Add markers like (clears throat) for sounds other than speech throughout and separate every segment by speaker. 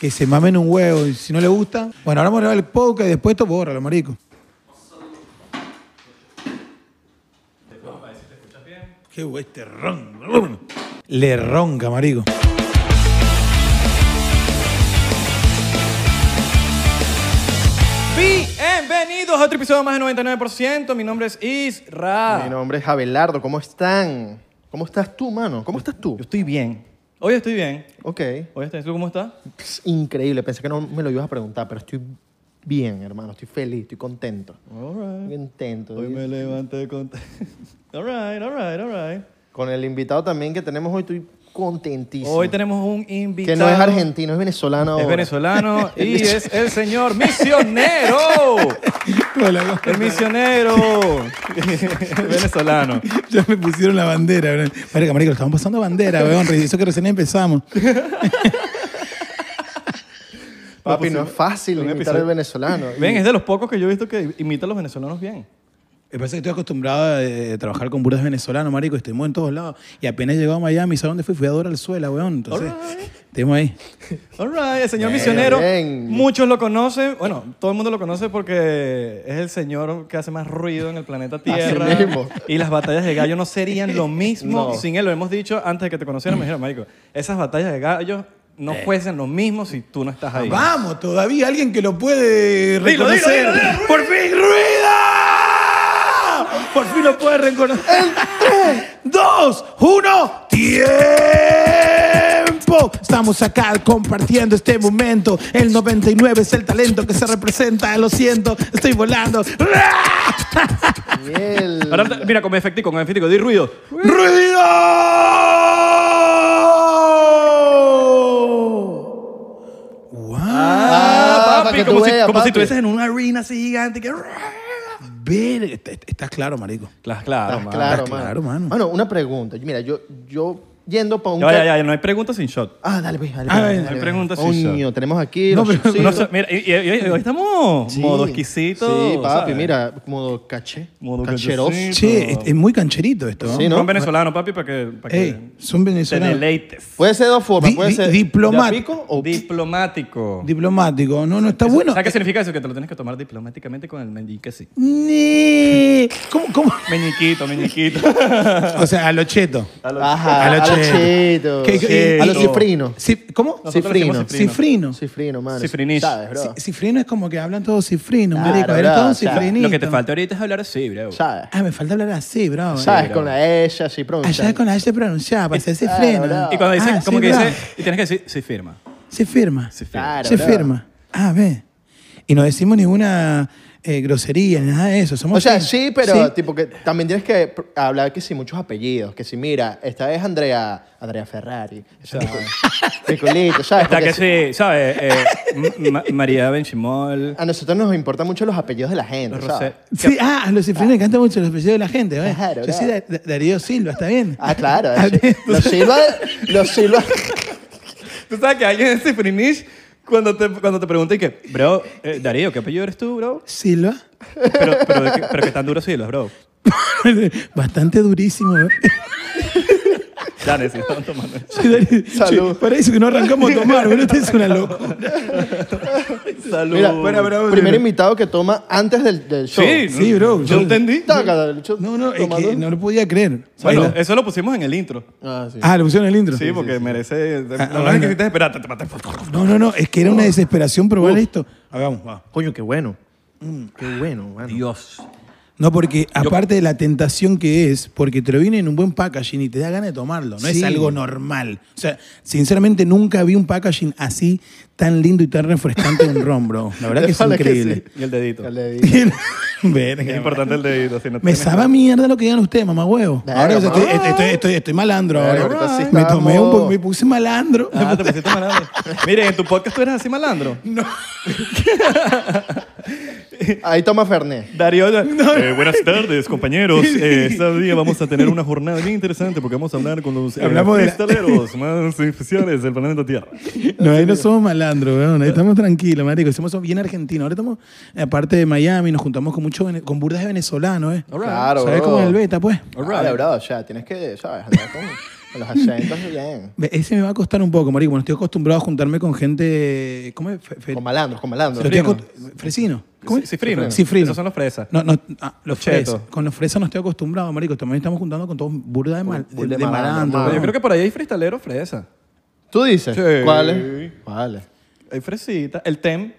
Speaker 1: que se mamen un huevo y si no le gusta. Bueno, ahora vamos a grabar el podcast y después esto borra, lo marico. Qué güey, este ron. Le ronca, marico.
Speaker 2: Bienvenidos a otro episodio más de 99%. Mi nombre es Isra.
Speaker 3: Mi nombre es Abelardo, ¿cómo están? ¿Cómo estás tú, mano? ¿Cómo estás tú?
Speaker 2: Yo estoy bien. Hoy estoy bien.
Speaker 3: Ok.
Speaker 2: Hoy estoy. ¿Tú cómo estás?
Speaker 3: Pss, Increíble, pensé que no me lo ibas a preguntar, pero estoy bien, hermano. Estoy feliz, estoy contento. Estoy contento.
Speaker 2: Hoy
Speaker 3: ¿sí?
Speaker 2: me levanté con. (laughs) all right, all right, all right.
Speaker 3: Con el invitado también que tenemos hoy, estoy contentísimo.
Speaker 2: Hoy tenemos un invitado.
Speaker 3: Que no es argentino, es venezolano.
Speaker 2: Es (laughs)
Speaker 3: ahora.
Speaker 2: venezolano y es el señor misionero.
Speaker 1: (laughs) Hola,
Speaker 2: El misionero (laughs) venezolano.
Speaker 1: Ya me pusieron la bandera, weón. Marico, marico, lo estamos pasando bandera, weón. Re- Eso que recién empezamos.
Speaker 3: Papi, no es fácil
Speaker 2: Un
Speaker 3: imitar
Speaker 2: episodio.
Speaker 3: al
Speaker 2: (laughs)
Speaker 3: venezolano.
Speaker 2: Ven, es de los pocos que yo he visto que imita a los venezolanos bien.
Speaker 1: Me parece que estoy acostumbrado a eh, trabajar con puros venezolanos, marico. y Estuvimos en todos lados. Y apenas llegó a Miami, ¿sabes dónde fui? Fui a Doralzuela, weón. Entonces, estuvimos ahí.
Speaker 2: All right, el señor
Speaker 3: Bien,
Speaker 2: misionero.
Speaker 3: bien.
Speaker 2: Muchos lo conocen. Bueno, todo el mundo lo conoce porque es el señor que hace más ruido en el planeta Tierra.
Speaker 3: Así mismo.
Speaker 2: Y las batallas de gallo no serían lo mismo
Speaker 3: No.
Speaker 2: sin él. Lo hemos dicho antes de que te conocieran. Me dijeron, Marico, esas batallas de gallo no
Speaker 3: Eh.
Speaker 2: fuesen lo mismo si tú no estás ahí.
Speaker 3: Ah.
Speaker 1: Vamos, todavía alguien que lo puede
Speaker 2: Dilo,
Speaker 1: reconocer.
Speaker 2: dilo, dilo,
Speaker 1: ¡Por fin, ruido! Por fin lo puede reconocer. ¡En 3, 2, 1, tiempo! Estamos acá compartiendo este momento. El 99 es el talento que se representa. Lo siento, estoy volando.
Speaker 3: Miel.
Speaker 2: Ahora, mira, con efectivo, con efectivo, di ruido.
Speaker 1: ¡Ruido! ¡Wow!
Speaker 3: Ah, para que tú
Speaker 2: como, si,
Speaker 3: veas,
Speaker 2: como si
Speaker 3: papi.
Speaker 2: estuvieses en una arena así gigante. Que...
Speaker 1: Ver, está- está claro, marico.
Speaker 2: Claro, claro,
Speaker 3: Estás
Speaker 2: man.
Speaker 3: Ah, claro,
Speaker 1: estás
Speaker 3: mano.
Speaker 1: claro, mano.
Speaker 3: Mano, una pregunta. Mira, yo, yo yendo para un...
Speaker 2: Ya, ya, ya, no hay preguntas sin shot.
Speaker 3: Ah, dale, ve, dale,
Speaker 1: Ah,
Speaker 3: ve, dale,
Speaker 1: no
Speaker 3: dale,
Speaker 2: hay
Speaker 3: ve.
Speaker 2: preguntas, sí,
Speaker 3: Coño, tenemos aquí...
Speaker 1: No,
Speaker 3: los
Speaker 1: pero-
Speaker 3: subsidios.
Speaker 2: No sé, mira, y, y- y- hoy estamos
Speaker 3: Sí.
Speaker 2: modo exquisito.
Speaker 3: Sí, papi,
Speaker 2: ¿sabes?
Speaker 3: mira, modo caché.
Speaker 2: Modo
Speaker 3: cacheroso.
Speaker 2: cachecito.
Speaker 1: Che, es, es muy cancherito esto. ¿no?
Speaker 3: Sí, ¿no?
Speaker 2: Son venezolanos, papi, para que, para que
Speaker 1: Ey, son
Speaker 2: te
Speaker 1: venezolanos.
Speaker 2: deleites.
Speaker 3: Puede ser dos formas,
Speaker 1: Di-
Speaker 3: puede
Speaker 1: di-
Speaker 3: ser
Speaker 1: diplomat-
Speaker 3: de a pico o
Speaker 2: Diplomático.
Speaker 1: Diplomático. No, no, está Ah, bueno.
Speaker 2: ¿Sabes qué significa eso? Que te lo tienes que tomar diplomáticamente con el meñique así.
Speaker 1: Ni- ¿Cómo, cómo? (laughs)
Speaker 2: Meñiquito, meñiquito.
Speaker 1: O sea, a lo cheto.
Speaker 3: Ajá,
Speaker 1: A lo
Speaker 3: a lo
Speaker 1: cheto.
Speaker 3: cheto.
Speaker 1: ¿Qué- qué-
Speaker 3: A lo
Speaker 2: cheto.
Speaker 3: cifrino.
Speaker 1: Sí, ¿Cómo?
Speaker 2: Nosotros le decimos
Speaker 1: Cifrino.
Speaker 3: Cifrino, mano.
Speaker 2: Cifrinis.
Speaker 3: ¿Sabes, bro?
Speaker 1: Ci- Cifrino es como que hablan todos cifrinos,
Speaker 3: Claro,
Speaker 1: marico. Eres
Speaker 3: bro,
Speaker 1: todo un
Speaker 3: o sea,
Speaker 1: cifrinito.
Speaker 2: lo que te falta ahorita es hablar así, bro.
Speaker 3: ¿Sabes?
Speaker 1: Ah, me falta hablar así, bro.
Speaker 3: ¿Sabes? Con la ella, así pronto.
Speaker 1: Allá con la se pronunciaba, para ser
Speaker 3: Claro,
Speaker 1: cifrino.
Speaker 3: bro.
Speaker 2: Y cuando dices,
Speaker 1: Ah,
Speaker 2: como
Speaker 1: sí,
Speaker 2: que
Speaker 1: bro.
Speaker 2: dice, y tienes que decir, se firma.
Speaker 1: Se firma.
Speaker 2: Se firma.
Speaker 3: Claro,
Speaker 1: se
Speaker 3: bro.
Speaker 1: firma. Ah, ve. Y no decimos ninguna eh, grosería, ni nada de eso. Somos
Speaker 3: O sea,
Speaker 1: finos.
Speaker 3: sí, pero tipo que también tienes que pr- hablar que sí muchos apellidos. Que si mira, esta es Andrea, Andrea Ferrari. Esa es mi- mi culito, ¿sabes?
Speaker 2: Está
Speaker 3: Porque
Speaker 2: que
Speaker 3: si-
Speaker 2: sí, ¿sabes? Eh, M- Ma- María Benchimol.
Speaker 1: Ah,
Speaker 3: A nosotros nos importan mucho los apellidos de la gente,
Speaker 2: Los
Speaker 3: ¿sabes?
Speaker 2: Rosé.
Speaker 1: Sí, ah, a los cifrinos les canta mucho los apellidos de la gente, ¿ves? Yo
Speaker 3: Claro, claro.
Speaker 1: soy Da- Da- Darío Silva, ¿está bien? (laughs)
Speaker 3: Ah, claro.
Speaker 1: Ah,
Speaker 3: sí.
Speaker 1: bien.
Speaker 3: Los Silva, los Silva,
Speaker 2: Tú sabes que alguien en Cifrinish, cuando te, cuando te pregunta y que, bro, eh, Darío, ¿qué apellido eres tú, bro?
Speaker 1: Silva. (laughs)
Speaker 2: Pero, pero, de que- pero que tan duros sí los, bro.
Speaker 1: Bastante durísimo, ¿eh? (laughs)
Speaker 2: Dale, sí, estaban tomando.
Speaker 1: Soy Darío-
Speaker 3: Salud.
Speaker 1: Che, Para eso que no
Speaker 3: (laughs)
Speaker 1: arrancamos a tomar, boludo. Esto es una locura.
Speaker 2: Salud.
Speaker 3: Mira,
Speaker 1: Bueno, pero-
Speaker 3: primer invitado que toma antes del, del show.
Speaker 2: Sí,
Speaker 1: Sí, bro,
Speaker 2: Yo
Speaker 1: yo-
Speaker 2: entendí.
Speaker 3: Taca, el show
Speaker 1: No, no, es
Speaker 3: tomando-
Speaker 1: que no lo podía creer.
Speaker 2: Bueno,
Speaker 1: Ahí la-
Speaker 2: eso lo pusimos en el intro.
Speaker 3: Ah, sí.
Speaker 1: ah, lo pusieron en el intro.
Speaker 2: Sí, porque merece. No, no
Speaker 1: Ah, bueno.
Speaker 2: necesitas esperar. Te- te- te-
Speaker 1: No, no, no, es que era una desesperación probar esto. Hagamos, va.
Speaker 3: Coño, qué bueno. Mm, qué bueno, mano.
Speaker 2: Dios.
Speaker 1: No, porque aparte de la tentación que es, porque te lo viene en un buen packaging y te da ganas de tomarlo, no es
Speaker 3: Sí.
Speaker 1: algo normal. O sea, sinceramente nunca vi un packaging así tan lindo y tan refrescante de un ron, bro. La verdad que es
Speaker 3: Ojalá que
Speaker 1: increíble.
Speaker 2: Y el dedito.
Speaker 3: Ya
Speaker 2: Es
Speaker 1: (laughs)
Speaker 3: le di.
Speaker 1: Verga,
Speaker 2: importante el dedito. Si no
Speaker 1: Me
Speaker 2: tienes-
Speaker 1: sabe a mierda lo que digan ustedes, mamá huevo.
Speaker 3: Verga,
Speaker 1: Ahora o sea,
Speaker 3: mamá.
Speaker 1: estoy, estoy, estoy, estoy- estoy malandro
Speaker 3: Verga,
Speaker 1: ahora.
Speaker 3: ahorita sí
Speaker 1: me tomé un
Speaker 3: estamos-
Speaker 1: poco, me puse malandro.
Speaker 2: Ah, te pusiste malandro. Miren, en tu podcast tú eres así malandro.
Speaker 3: Ahí toma Fernet.
Speaker 2: Darío. Eh, buenas tardes, compañeros. Eh, este día vamos a tener una jornada bien interesante porque vamos a hablar con los eh,
Speaker 1: Hablamos de la-
Speaker 2: cristaleros más especiales del planeta Tierra.
Speaker 1: No, ahí no somos malandros, weón. Ahí estamos tranquilos, marico. Somos bien argentinos. Ahora estamos, eh, aparte de Miami, nos juntamos con muchos, vene- con burdas de venezolanos, ¿eh?
Speaker 2: All right.
Speaker 3: Claro,
Speaker 1: ¿Sabes
Speaker 3: bro.
Speaker 1: cómo es el beta, pues?
Speaker 2: All
Speaker 3: Claro,
Speaker 2: right.
Speaker 3: bro, o sea, tienes que, ¿sabes? Andar con, Con los acentos, bien.
Speaker 1: Ve, Ese me va a costar un poco, marico. Bueno, estoy acostumbrado a juntarme con gente... ¿Cómo es? Fe- fe-
Speaker 3: Con malandros, con malandros.
Speaker 1: Pero estoy acost- Fresino. ¿Cómo es?
Speaker 2: Cifrino.
Speaker 1: Cifrino.
Speaker 2: Esos son los fresas.
Speaker 1: No, no, ah, los
Speaker 2: Cheto.
Speaker 1: fresas. Con los fresas no estoy acostumbrado, marico. También estamos juntando con todos burda de, mal,
Speaker 3: Burda
Speaker 1: de,
Speaker 3: de
Speaker 1: de
Speaker 3: malandro,
Speaker 1: malandro.
Speaker 2: Pero
Speaker 3: mano.
Speaker 2: Yo creo que por ahí hay freestaleros fresas.
Speaker 3: ¿Tú dices?
Speaker 2: Sí.
Speaker 3: ¿Cuáles? ¿Cuáles?
Speaker 2: Hay fresitas. El TEM.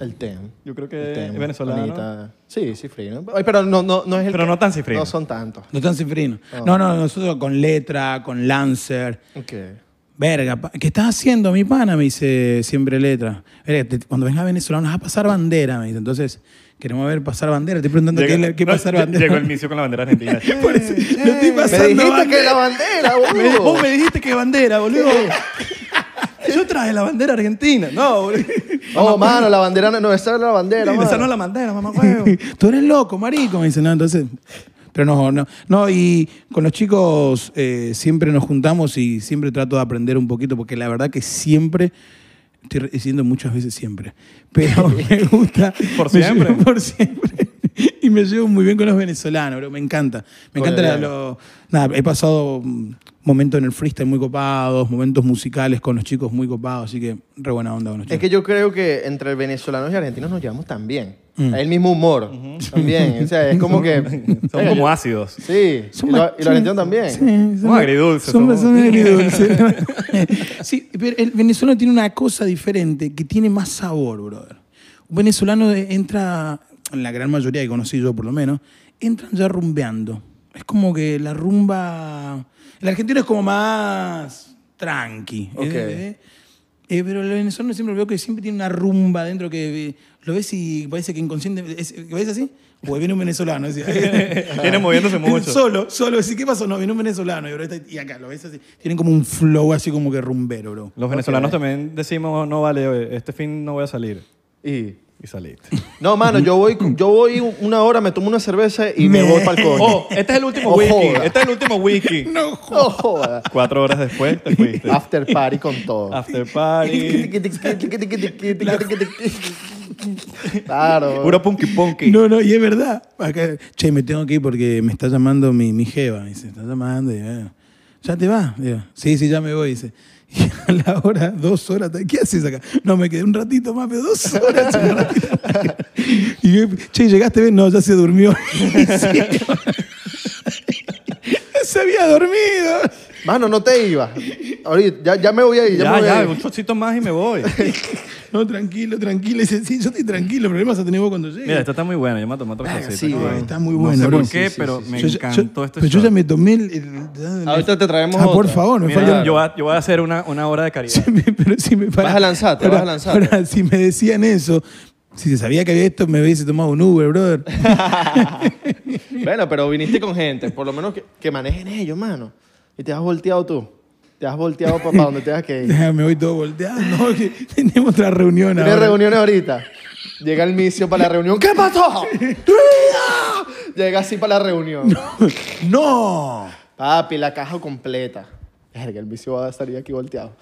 Speaker 3: El TEM.
Speaker 2: Yo creo
Speaker 3: El
Speaker 2: que
Speaker 3: TEM,
Speaker 2: es Eh, venezolano.
Speaker 3: Anita. Sí, cifrino. Ay, Pero no, no, no es el
Speaker 2: Pero no tan cifrino.
Speaker 3: No son tantos.
Speaker 1: No están cifrinos.
Speaker 3: Ah.
Speaker 1: No, no, nosotros con letra, con lancer.
Speaker 3: Ok.
Speaker 1: Verga, pa- ¿qué estás haciendo, mi pana? Me dice siempre letra. Verga, te- cuando venga a Venezuela nos vas a pasar bandera, me dice. Entonces, queremos ver pasar bandera. Estoy preguntando qué, es la- qué
Speaker 2: no,
Speaker 1: pasar
Speaker 2: ll-
Speaker 1: bandera.
Speaker 2: Llegó el misio con la bandera
Speaker 3: (laughs)
Speaker 2: argentina.
Speaker 1: (laughs) Por eso, no estoy
Speaker 3: Me
Speaker 1: pasando
Speaker 3: dijiste que
Speaker 1: bandera.
Speaker 3: la bandera,
Speaker 2: Me-
Speaker 3: boludo.
Speaker 2: Vos me dijiste eh. que bandera,
Speaker 1: (laughs)
Speaker 2: boludo. Yo traje la bandera argentina. No,
Speaker 3: (laughs)
Speaker 2: boludo.
Speaker 3: Oh,
Speaker 1: pues.
Speaker 3: mano, la bandera no, no, esa es la bandera, mano.
Speaker 2: Esa no es la bandera, mamá
Speaker 3: (laughs)
Speaker 2: huevo.
Speaker 1: (laughs) Tú eres loco, marico. Me dice, no, entonces. Pero no, no. No, y con los chicos eh, siempre nos juntamos y siempre trato de aprender un poquito, porque la verdad que siempre. Estoy diciendo muchas veces siempre. Pero me gusta.
Speaker 2: Por
Speaker 1: me llevo-
Speaker 2: siempre.
Speaker 1: por siempre. (laughs) Y me llevo muy bien con los venezolanos, bro. Me encanta. Me
Speaker 3: Con
Speaker 1: encanta
Speaker 3: el-
Speaker 1: la- lo- Nada, he pasado mm, momentos en el freestyle muy copados, momentos musicales con los chicos muy copados, así que re buena onda con los chicos.
Speaker 3: Es que yo creo que entre venezolanos y argentinos nos llevamos tan bien.
Speaker 1: Mm.
Speaker 3: Hay el mismo humor. También. O sea, es como
Speaker 1: (laughs)
Speaker 3: que.
Speaker 2: Son
Speaker 3: Oiga,
Speaker 2: como
Speaker 3: yo-
Speaker 2: ácidos.
Speaker 3: Sí. Y,
Speaker 1: Son
Speaker 3: lo-
Speaker 1: más-
Speaker 3: y los argentinos también.
Speaker 1: Sí, son
Speaker 2: Somos agridulces,
Speaker 1: Son,
Speaker 2: somos.
Speaker 1: son
Speaker 2: (laughs)
Speaker 1: agridulces. sí, pero el venezolano tiene una cosa diferente que tiene más sabor, brother. Un venezolano de- entra, en la gran mayoría que conocí yo por lo menos, entran ya rumbeando. Es como que la rumba... El argentino es como más tranqui.
Speaker 3: Ok.
Speaker 1: ¿eh? Eh, pero el venezolano siempre veo que siempre tiene una rumba dentro que eh, lo ves y parece que inconsciente... es- ¿Lo ves así? O viene un venezolano.
Speaker 2: (laughs)
Speaker 1: así. (laughs)
Speaker 2: Vienen moviéndose mucho.
Speaker 1: Solo, solo. Así, ¿Qué pasó? No, viene un venezolano y, bro, está- y acá lo ves así. Tienen como un flow así como que rumbero, bro.
Speaker 2: Los venezolanos también decimos, no vale, oye, este fin no voy a salir.
Speaker 3: Y.
Speaker 2: Y saliste.
Speaker 3: No, mano, yo voy, yo voy una hora, me tomo una cerveza y me
Speaker 1: Me-
Speaker 3: voy para el (laughs) coño.
Speaker 2: Oh, este es el último
Speaker 3: Oh,
Speaker 2: wiki.
Speaker 3: joda.
Speaker 2: Este es el último wiki.
Speaker 1: No,
Speaker 3: (laughs) No joda.
Speaker 2: Cuatro horas después te fuiste.
Speaker 3: After party con todo.
Speaker 2: After
Speaker 3: (laughs)
Speaker 2: party.
Speaker 3: claro.
Speaker 2: Puro punky punky.
Speaker 1: No, no, y es verdad. Acá, che, me tengo que ir porque me está llamando mi, mi jeva. Me dice, está llamando. Y, eh, ¿Ya te vas? Digo, sí, sí, ya me voy. Dice, (laughs) y a la hora, dos horas, ¿qué haces acá? No, me quedé un ratito más, pero dos horas. un ratito. y yo, che, ¿llegaste bien? No, ya se durmió. (laughs) se había dormido.
Speaker 3: Mano, no te ibas. Ahorita, ya, ya me voy a ir. Ya, me
Speaker 2: Ya,
Speaker 3: voy a
Speaker 2: ya,
Speaker 3: ir.
Speaker 2: un chocito más y me
Speaker 3: (laughs)
Speaker 2: voy.
Speaker 1: No, tranquilo, tranquilo. Dice, sí, yo estoy tranquilo. Problemas a tener vos cuando llegues.
Speaker 2: Mira, esta está muy buena. Yo me voy a tomar otra
Speaker 3: Verga,
Speaker 2: cosita.
Speaker 3: sí,
Speaker 2: Ay,
Speaker 3: güey.
Speaker 1: Está muy
Speaker 2: No
Speaker 1: buena,
Speaker 2: sé
Speaker 1: bro.
Speaker 2: por qué,
Speaker 1: Sí, sí,
Speaker 2: pero
Speaker 1: sí,
Speaker 2: me
Speaker 1: sí. Yo ya- yo-
Speaker 2: encantó este
Speaker 1: Pero yo
Speaker 2: show.
Speaker 1: ya me tomé el... el-
Speaker 3: Ahorita te traemos
Speaker 1: Ah, por
Speaker 3: otra.
Speaker 1: favor, me
Speaker 2: Mira,
Speaker 1: falla... (laughs)
Speaker 2: yo, voy a- yo voy a hacer una, una hora de caridad.
Speaker 1: pero si me para-
Speaker 3: Vas a lanzarte, vas
Speaker 1: ahora-
Speaker 3: a lanzarte.
Speaker 1: ahora, si me decían eso, si se sabía que había esto, me hubiese tomado un Uber,
Speaker 3: (laughs)
Speaker 1: brother.
Speaker 3: Bueno, pero viniste con gente, por lo menos que, que manejen ellos, mano. Y te has volteado tú. Te has volteado para donde tengas
Speaker 1: (laughs)
Speaker 3: que ir.
Speaker 1: (laughs) me voy todo volteado. No, que tenemos otra reunión
Speaker 3: Tienes
Speaker 1: ahora.
Speaker 3: reuniones ahorita. Llega el misio para la reunión. ¿Qué pasó? ¡Ruido! Llega así para la reunión.
Speaker 1: (laughs) ¡No!
Speaker 3: Papi, la caja completa. Verga, el misio va a salir aquí volteado.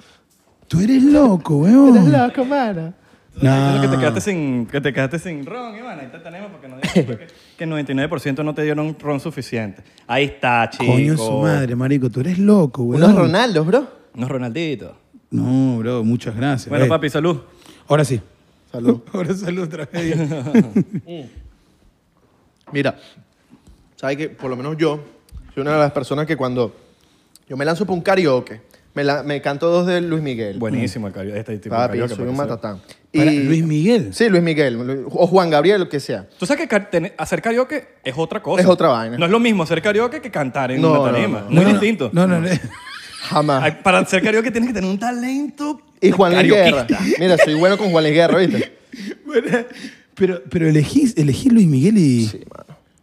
Speaker 1: Tú eres loco, weón.
Speaker 3: Eres loco, mano.
Speaker 2: Entonces, Que te
Speaker 1: No.
Speaker 2: quedaste sin, que te quedaste sin ron, Iván. Ahí te tenemos porque
Speaker 1: (laughs)
Speaker 2: no que, que el 99% no te dieron ron suficiente. Ahí está, chico.
Speaker 1: Coño su madre, marico. Tú eres loco, weón.
Speaker 3: Unos Ronaldos, bro.
Speaker 2: Unos Ronalditos.
Speaker 1: No, bro, muchas gracias.
Speaker 2: Bueno,
Speaker 1: Eh,
Speaker 2: papi, salud.
Speaker 1: Ahora sí.
Speaker 3: Salud.
Speaker 1: (laughs) Ahora salud, (laughs) tragedia.
Speaker 3: Mira, sabes que por lo menos yo soy una de las personas que cuando yo me lanzo para un karaoke, me, la- me canto dos de Luis Miguel.
Speaker 2: Buenísimo el karaoke. Este tipo de
Speaker 3: Papi,
Speaker 2: karaoke,
Speaker 3: soy un
Speaker 2: parece.
Speaker 3: matatán.
Speaker 1: Para Luis Miguel.
Speaker 3: Sí, Luis Miguel. Lu- O Juan Gabriel, lo que sea.
Speaker 2: Tú sabes que car- tener- hacer karaoke es otra cosa.
Speaker 3: Es otra vaina.
Speaker 2: No es lo mismo hacer karaoke que cantar en
Speaker 3: No, no,
Speaker 2: una tarima.
Speaker 3: no,
Speaker 2: Muy
Speaker 1: No, no,
Speaker 2: distinto.
Speaker 1: No, no, no.
Speaker 3: Jamás.
Speaker 2: Ah, Para hacer karaoke tienes que tener un talento.
Speaker 3: Y Juan Luis Guerra.
Speaker 2: karaokeista.
Speaker 3: Mira, soy bueno con Juan Luis
Speaker 1: (laughs)
Speaker 3: Guerra, ¿viste?
Speaker 1: (laughs) Bueno, pero, pero elegí, elegí Luis Miguel y.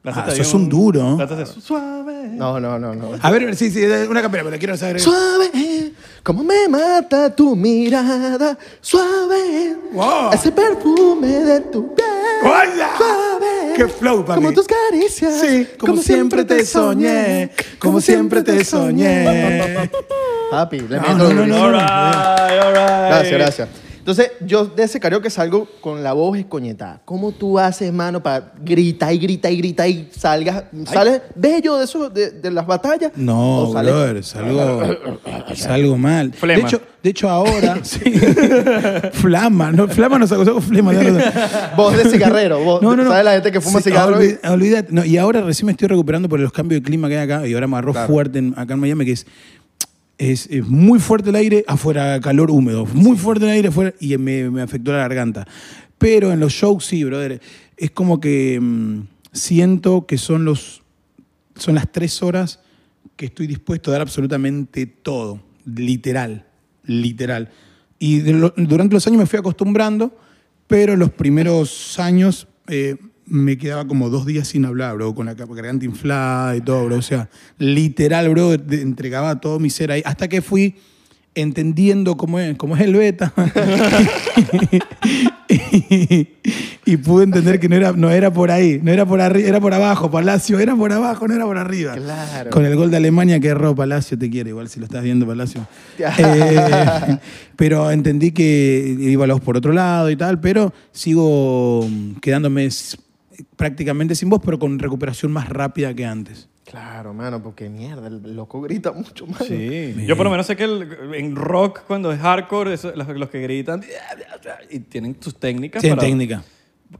Speaker 2: Lánzate
Speaker 1: Ah,
Speaker 2: ahí
Speaker 1: sos un duro.
Speaker 2: lánzate su- suave.
Speaker 3: No, no, no, no.
Speaker 1: A ver, sí, sí, una campera, pero quiero saber.
Speaker 3: Suave, como me mata tu mirada. Suave,
Speaker 1: Wow.
Speaker 3: ese perfume de tu piel.
Speaker 1: ¡Hola!
Speaker 3: Suave,
Speaker 1: ¡Qué flow, papi!
Speaker 3: Como tus caricias.
Speaker 1: Sí, como siempre te soñé, como siempre te soñé.
Speaker 3: Papi, le
Speaker 1: No, no,
Speaker 3: meto
Speaker 1: no,
Speaker 3: durísimo.
Speaker 1: no.
Speaker 2: All right, all right.
Speaker 3: Gracias, gracias. Entonces, yo de ese karaoke salgo con la voz escoñetada. ¿Cómo tú haces, mano, para gritar y gritar y gritar y salgas, sales bello de, eso, de, de las batallas?
Speaker 1: No,
Speaker 3: ¿O sales-
Speaker 1: brother, salgo, salgo mal.
Speaker 2: Flema.
Speaker 1: De hecho, de hecho ahora, (laughs) sí. flama, no, flama no saco, saco flema. (laughs) ya lo sé.
Speaker 3: Voz de
Speaker 1: (laughs)
Speaker 3: cigarrero, voz- ¿sabes la gente que fuma cigarro y-
Speaker 1: olvi- Olvídate, no, y ahora recién me estoy recuperando por los cambios de clima que hay acá, y ahora me agarró fuerte en- acá en Miami, que es, es, es muy fuerte el aire, afuera calor húmedo, muy fuerte el aire afuera, y me, me afectó la garganta. Pero en los shows sí, brother, es como que mm, siento que son los son las tres horas que estoy dispuesto a dar absolutamente todo, literal, literal. Y de lo- durante los años me fui acostumbrando, pero los primeros años eh, me quedaba como dos días sin hablar, bro, con la capa- garganta inflada y todo, bro. O sea, literal, bro, de- entregaba todo mi ser ahí, hasta que fui entendiendo cómo es, cómo es el beta. (laughs) y, pude entender que no era, no era por ahí, no era por arriba, era por abajo, Palacio, era por abajo, no era por arriba.
Speaker 3: Claro.
Speaker 1: Con el gol de Alemania que erró Palacio, te quiere, igual si lo estás viendo Palacio. Eh, pero entendí que iba a los por otro lado y tal, pero sigo quedándome s- prácticamente sin voz, pero con recuperación más rápida que antes.
Speaker 3: Claro, mano, porque mierda, el loco grita mucho, mano.
Speaker 2: Sí. Yo por lo menos sé que el- en rock, cuando es hardcore, eso- los, los que gritan y tienen sus técnicas.
Speaker 1: Tiene
Speaker 2: para-
Speaker 1: técnica.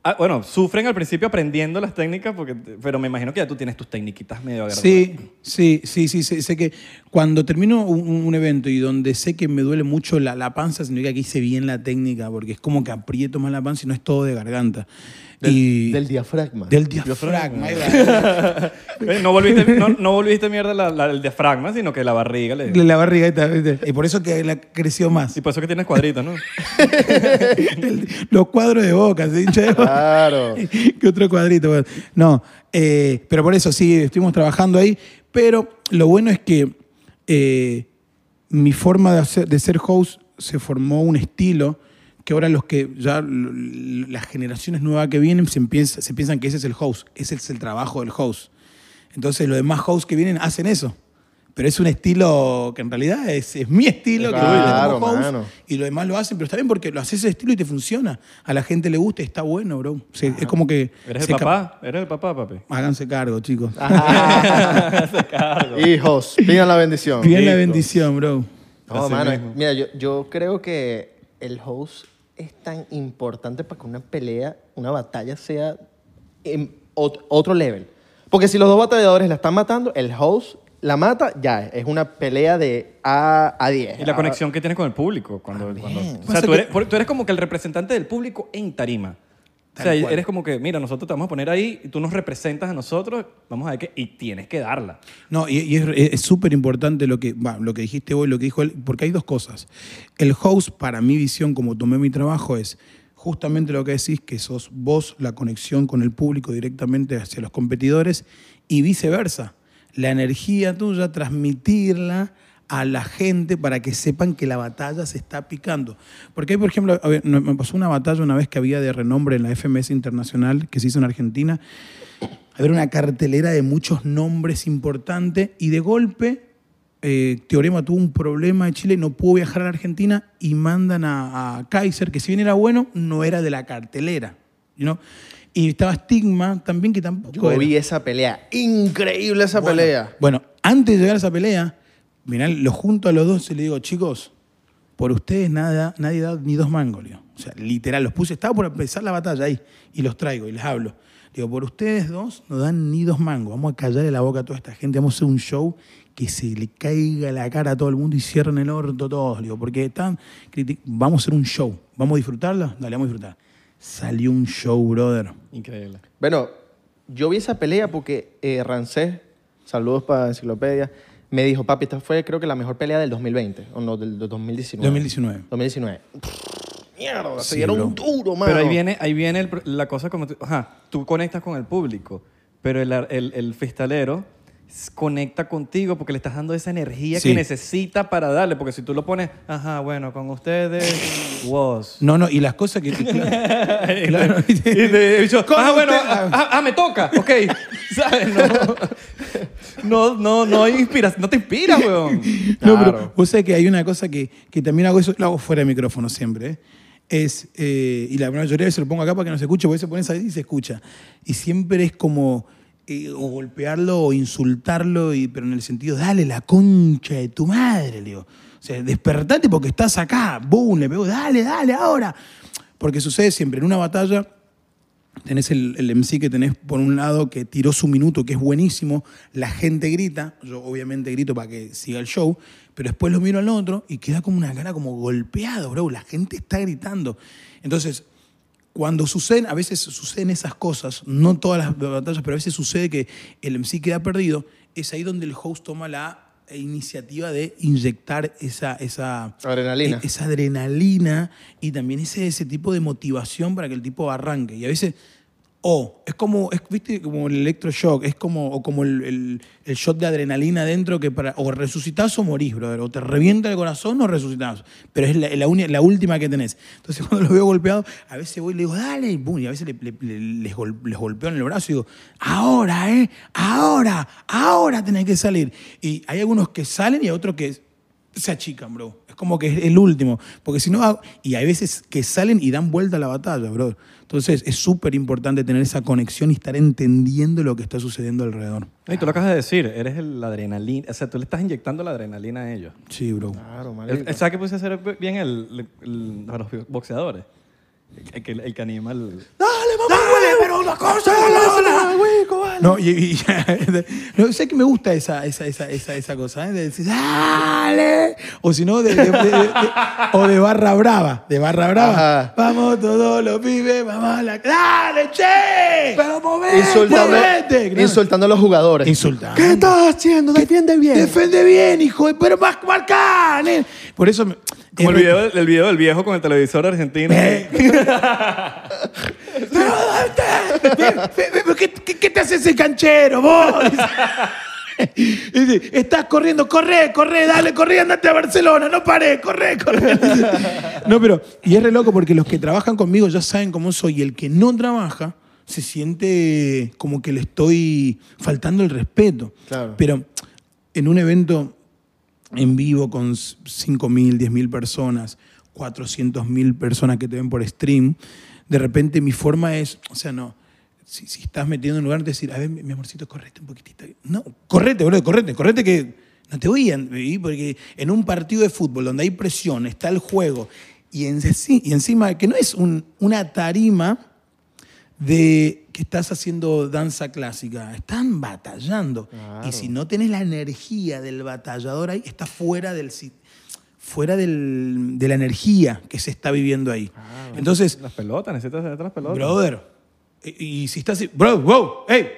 Speaker 2: Ah, bueno, sufren al principio aprendiendo las técnicas, porque, pero me imagino que ya tú tienes tus tecniquitas medio agarradas.
Speaker 1: Sí, sí, sí, sí, sé, sé que cuando termino un, un evento y donde sé que me duele mucho la, la panza, significa que hice bien la técnica, porque es como que aprieto más la panza y no es todo de garganta. y
Speaker 3: Del diafragma.
Speaker 1: del diafragma. ahí va.
Speaker 2: (laughs) Eh, No volviste, no, no volviste mierda la, la- el diafragma, sino que la barriga. Le,
Speaker 1: la barriga, esta, ¿viste? y por eso que la creció más.
Speaker 2: y por eso que tienes cuadritos, ¿no?
Speaker 1: (laughs) Los cuadros de boca, se hincha de boca.
Speaker 3: Claro.
Speaker 1: (laughs) que otro cuadrito. bueno. No, eh, pero por eso sí, estuvimos trabajando ahí. Pero lo bueno es que eh, mi forma de, hacer- de ser host se formó un estilo que ahora los que ya l- l- las generaciones nuevas que vienen se, empieza- se piensan que ese es el host, ese es el trabajo del host. Entonces los demás hosts que vienen hacen eso. Pero es un estilo que en realidad es, es mi estilo. que yo
Speaker 3: Claro,
Speaker 1: como host,
Speaker 3: mano.
Speaker 1: y lo demás lo hacen, pero está bien porque lo haces ese estilo y te funciona. A la gente le gusta y está bueno, bro. O sea, es como que.
Speaker 2: Eres
Speaker 1: se
Speaker 2: el
Speaker 1: ca-
Speaker 2: papá, Ah, eres el papá, papi.
Speaker 1: Háganse cargo, chicos.
Speaker 3: Hijos, pidan la bendición.
Speaker 1: bien la
Speaker 2: listo.
Speaker 1: bendición, bro.
Speaker 3: No, mano, mira, yo, yo creo que el host es tan importante para que una pelea, una batalla sea en ot- otro level. Porque si los dos batalladores la están matando, el host la mata, ya, es una pelea de A a 10.
Speaker 2: Y la
Speaker 3: Ah,
Speaker 2: conexión que tienes con el público. Cuando, cuando- o sea,
Speaker 1: Pasa
Speaker 2: tú
Speaker 1: que-
Speaker 2: eres, por- tú eres como que el representante del público en tarima.
Speaker 1: Tal
Speaker 2: o sea,
Speaker 1: cual.
Speaker 2: eres como que, mira, nosotros te vamos a poner ahí, y tú nos representas a nosotros, vamos a ver qué, y tienes que darla.
Speaker 1: No, y, y es- es súper importante lo que, va, lo que dijiste vos, y lo que dijo él, porque hay dos cosas. El host, para mi visión, como tomé mi trabajo, es justamente lo que decís, que sos vos la conexión con el público directamente hacia los competidores y viceversa. La energía tuya, transmitirla a la gente para que sepan que la batalla se está picando. Porque hay, por ejemplo, a ver, me pasó una batalla una vez que había de renombre en la FMS Internacional que se hizo en Argentina, haber una cartelera de muchos nombres importantes y de golpe eh, Teorema tuvo un problema de Chile, no pudo viajar a la Argentina y mandan a, a Kaiser, que si bien era bueno, no era de la cartelera. you know? Y estaba Stigma también, que tampoco
Speaker 3: Ah, Yo
Speaker 1: era.
Speaker 3: vi esa pelea, increíble esa pelea.
Speaker 1: Bueno, antes de llegar a esa pelea, mirá, lo junto a los dos y le digo, chicos, por ustedes nada, nadie da ni dos mangos, le digo. O sea, literal, los puse, estaba por empezar la batalla ahí, y los traigo y les hablo. Digo, por ustedes dos no dan ni dos mangos. Vamos a callarle la boca a toda esta gente. Vamos a hacer un show que se le caiga la cara a todo el mundo y cierren el orto todos. Digo, porque están. criti- Vamos a hacer un show. ¿Vamos a disfrutarlo? Dale, vamos a disfrutar. Salió un show, brother.
Speaker 2: Increíble.
Speaker 3: Bueno, yo vi esa pelea porque eh, Rancés, saludos para Enciclopedia, me dijo, papi, esta fue creo que la mejor pelea del 2020, o no, del, del 2019.
Speaker 1: 2019.
Speaker 3: 2019. Mierda,
Speaker 1: Sí,
Speaker 3: se dieron
Speaker 1: bro.
Speaker 3: un duro, mano.
Speaker 2: Pero ahí viene, ahí viene el pro- la cosa como tú, ajá, tú conectas con el público, pero el, ar- el, el festalero s- conecta contigo porque le estás dando esa energía
Speaker 1: Sí.
Speaker 2: que necesita para darle, porque si tú lo pones, ajá, bueno, con ustedes, vos.
Speaker 1: No, no, y las cosas que. (laughs) claro.
Speaker 2: (laughs) y te he dicho,
Speaker 1: ¿Cómo
Speaker 2: ah, bueno,
Speaker 1: usted-
Speaker 2: ah, ah, ah, me toca, (laughs) ok. ¿Sabes? No, no, no, no hay inspira- no te inspiras, weón.
Speaker 1: No,
Speaker 3: Claro.
Speaker 1: pero vos sabés que hay una cosa que, que también hago eso, lo hago fuera de micrófono siempre, ¿eh? es, eh, y la mayoría se lo pongo acá para que no se escuche, porque se pones ahí y se escucha. Y siempre es como eh, o golpearlo o insultarlo, y, pero en el sentido, dale la concha de tu madre, le digo. O sea, despertate porque estás acá, boom, le pego, dale, dale, ahora. Porque sucede siempre, en una batalla tenés el, el MC que tenés por un lado que tiró su minuto, que es buenísimo, la gente grita, yo obviamente grito para que siga el show, pero después lo miro al otro y queda como una cara como golpeado, bro, la gente está gritando. Entonces, cuando suceden, a veces suceden esas cosas, no todas las batallas, pero a veces sucede que el MC queda perdido, es ahí donde el host toma la iniciativa de inyectar esa, esa
Speaker 3: Adrenalina.
Speaker 1: e- esa adrenalina y también ese, ese tipo de motivación para que el tipo arranque. Y a veces, o es como, es, viste, como el electroshock, es como, o como el, el- el shot de adrenalina dentro que para, o resucitás o morís, brother, o te revienta el corazón o resucitás, pero es la, la, uni- la última que tenés. Entonces (laughs) cuando lo veo golpeado, a veces voy y le digo, dale, y, boom, y a veces le- le- le- les, gol- les golpeo en el brazo y digo, ahora, eh, ahora, ahora tenés que salir. Y hay algunos que salen y hay otros que se achican, bro. Es como que es el último. Porque si no, ah, y hay veces que salen y dan vuelta a la batalla, bro. Entonces es súper importante tener esa conexión y estar entendiendo lo que está sucediendo alrededor.
Speaker 2: No, y tú lo acabas de decir, eres el- la adrenalina, o sea, tú le estás inyectando la adrenalina a ellos.
Speaker 1: Sí, bro.
Speaker 3: Claro,
Speaker 2: El- (laughs)
Speaker 3: marico.
Speaker 2: ¿Sabes qué puse a hacer bien el, el- a los boxeadores? El, que- el que anima el...
Speaker 1: ¡Dale, mamá! ¡Dale, pero una cosa! No, y, y- (laughs) no, sé que me gusta esa, esa, esa, esa, esa cosa, ¿eh? De decir, ¡dale! O si no, de, de- de- de- o de barra brava, de barra brava.
Speaker 3: Ajá.
Speaker 1: Vamos todos los pibes, vamos a la... ¡Dale, che! ¡Pero movete!
Speaker 3: Insultando,
Speaker 1: movete! Claro.
Speaker 3: insultando a los jugadores.
Speaker 1: Insultando.
Speaker 3: estás haciendo? Defiende
Speaker 1: Defiende bien, hijo, de- pero más marca. nen. Por eso. me-
Speaker 2: Como el
Speaker 1: eh, (laughs)
Speaker 2: video, el video del viejo con el televisor argentino.
Speaker 1: Eh. Pero, ¿dónde? Ve- ve- ve- ¿qué, qué- qué te hace ese canchero, vos? (laughs) Y dice, Estás corriendo, corre, corre, dale, corre, andate a Barcelona, no paré, corre, corre. No, pero, y es re loco porque los que trabajan conmigo ya saben cómo soy y el que no trabaja se siente como que le estoy faltando el respeto.
Speaker 3: Claro.
Speaker 1: Pero en un evento en vivo con 5.000, 10.000 personas, 400.000 personas que te ven por stream, de repente mi forma es, o sea, no, si, si estás metiendo en un lugar, decir, a ver, mi mi amorcito, correte un poquitito. No, correte, boludo, correte, correte que no te voy a ir, porque en un partido de fútbol donde hay presión, está el juego, y, en- y encima que no es un- una tarima de que estás haciendo danza clásica. Están batallando.
Speaker 3: Claro.
Speaker 1: Y si no tenés la energía del batallador ahí, estás fuera del si- fuera del- de la energía que se está viviendo ahí. Entonces,
Speaker 2: Las pelotas, necesitas hacer las pelotas.
Speaker 1: brother, eh, y, y si estás... Bro, wow, hey,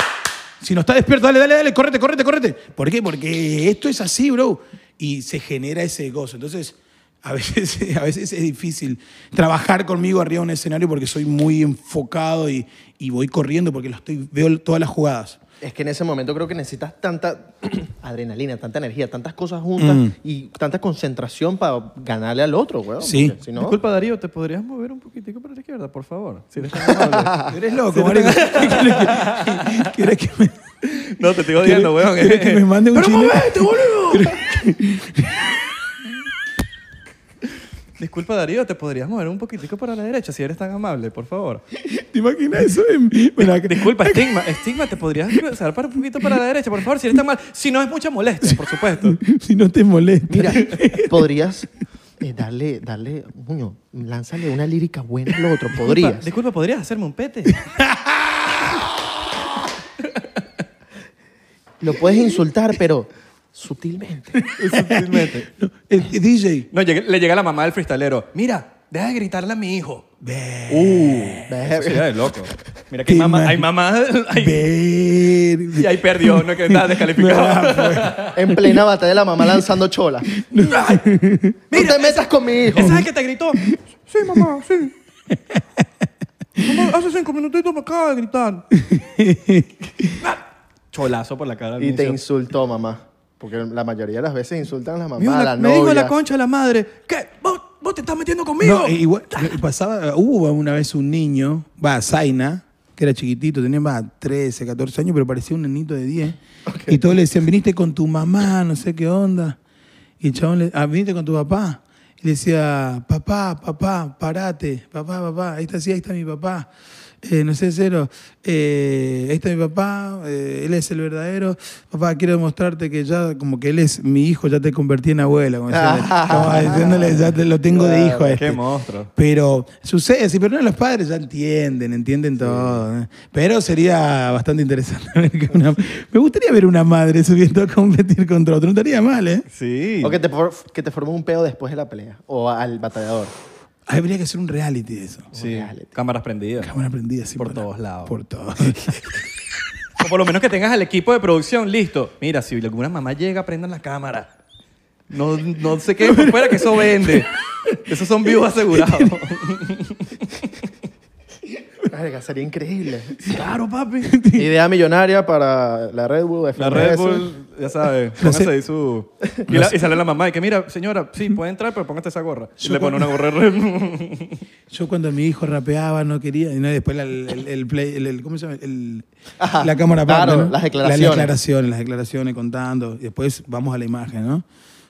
Speaker 1: si no está despierto, dale, dale, dale, correte, correte, correte. ¿Por qué? Porque esto es así, bro. Y se genera ese gozo. Entonces, a (laughs) veces, a veces es difícil trabajar conmigo arriba de un escenario porque soy muy enfocado y, y voy corriendo porque lo estoy, veo todas las jugadas.
Speaker 3: Es que en ese momento creo que necesitas tanta (clears throat) adrenalina, tanta energía, tantas cosas juntas
Speaker 1: Mm.
Speaker 3: y tanta concentración para ganarle al otro, weón.
Speaker 1: Sí.
Speaker 3: porque Si no,
Speaker 2: Disculpa, Darío, ¿te podrías mover un poquitico para la izquierda, por favor? Si (laughs) eres tan amable.
Speaker 1: Eres loco, (laughs) marico. ¿Quieres que me...
Speaker 2: no, te estoy odiando, weón.
Speaker 1: ¿Quieres que me mande un chile?
Speaker 2: boludo! (laughs) Disculpa, Darío, ¿te podrías mover un poquitico para la derecha si eres tan amable, por favor?
Speaker 1: ¿Te imaginas eso? en- Mira, que-
Speaker 2: Disculpa, estigma, estigma, ¿te podrías cruzar para un poquito para la derecha, por favor, si eres tan mal? Si no, es mucha molestia, por supuesto.
Speaker 1: si no te molesta.
Speaker 3: mira, podrías eh, darle, darle, muño, lánzale una lírica buena al otro,
Speaker 2: Disculpa,
Speaker 3: podrías.
Speaker 2: disculpa, ¿podrías hacerme
Speaker 1: (laughs)
Speaker 2: un pete?
Speaker 3: Lo puedes insultar, pero sutilmente.
Speaker 2: Sutilmente.
Speaker 1: (laughs) No, el- el DJ.
Speaker 2: No, llegue- le llega la mamá del freestalero. Mira, deja de gritarle a mi hijo. Uh,
Speaker 1: Ve-
Speaker 3: Verga.
Speaker 2: Eso ya es loco. Mira que hay
Speaker 1: Te
Speaker 2: mamás,
Speaker 1: imag-
Speaker 2: hay mamás, hay-
Speaker 1: Ver-
Speaker 2: y ahí perdió, no
Speaker 1: (laughs)
Speaker 2: que está descalificado.
Speaker 3: En plena batalla la mamá lanzando chola. No te metas con mi hijo.
Speaker 2: ¿Ese es el que te gritó? Sí, mamá, sí. Mamá, hace cinco minutitos me acaba de gritar. (laughs) Cholazo por la cara. al
Speaker 3: Y te
Speaker 2: inicio.
Speaker 3: insultó, mamá. Porque la mayoría de las veces insultan a la mamá,
Speaker 2: Mi hijo
Speaker 3: a
Speaker 2: me-
Speaker 3: la
Speaker 2: me dijo
Speaker 3: novia.
Speaker 2: la concha de la madre. ¿Qué? ¿Vos, vos te estás metiendo conmigo?
Speaker 1: No, e igual, eh, pasaba, hubo una vez un niño, va, Zaina, que era chiquitito, tenía va, 13, 14 años, pero parecía un nenito de 10. Y todos le decían, viniste con tu mamá, no sé qué onda. Y el chabón le, ah, viniste con tu papá. Y le decía, papá, papá, parate, papá, papá, ahí está, sí, ahí está mi papá. Eh, no sé, cero. eh, ahí está mi papá, eh, él es el verdadero. Papá, quiero demostrarte que ya, como que él es mi hijo, ya te convertí en abuela. Como, diciéndole- como diciéndole, ya te lo tengo de hijo a
Speaker 2: Ah, Qué
Speaker 1: este.
Speaker 2: monstruo.
Speaker 1: Pero sucede, sí, pero no, los padres ya entienden, entienden todo. ¿eh? Pero sería bastante interesante (laughs) ver que una- Me gustaría ver una madre subiendo a competir contra otro. No estaría mal, ¿eh?
Speaker 2: Sí.
Speaker 3: O que te, for- que te formen un peo después de la pelea. O al batallador.
Speaker 1: Habría que hacer un reality de eso.
Speaker 2: Sí.
Speaker 3: Reality.
Speaker 2: Cámaras prendidas.
Speaker 1: Cámara prendida así.
Speaker 2: Por
Speaker 1: la-
Speaker 2: todos lados.
Speaker 1: Por todos.
Speaker 2: O por lo menos que tengas al equipo de producción listo. Mira, si alguna mamá llega, prendan la cámara. No, no se queden por fuera que eso vende. Esos son vivos asegurados.
Speaker 3: (laughs) Verga, sería increíble.
Speaker 2: (laughs) claro, papi.
Speaker 3: Idea millonaria para la Red Bull.
Speaker 2: La
Speaker 3: FMS.
Speaker 2: Red Bull,
Speaker 1: (laughs)
Speaker 2: ya sabes, póngase ahí su... Y, la- y sale la mamá y que, mira, señora, sí, puede entrar, pero póngase esa gorra. Y le pone una gorra de Red Bull.
Speaker 1: Yo cuando mi hijo rapeaba no quería. Y no, después la- el, el, el play- el- el- ¿Cómo se llama? El-
Speaker 3: Ajá,
Speaker 1: la cámara
Speaker 3: claro,
Speaker 1: aparte, ¿no?
Speaker 3: las declaraciones.
Speaker 1: Las declaraciones, las declaraciones contando. Y después vamos a la imagen, ¿no?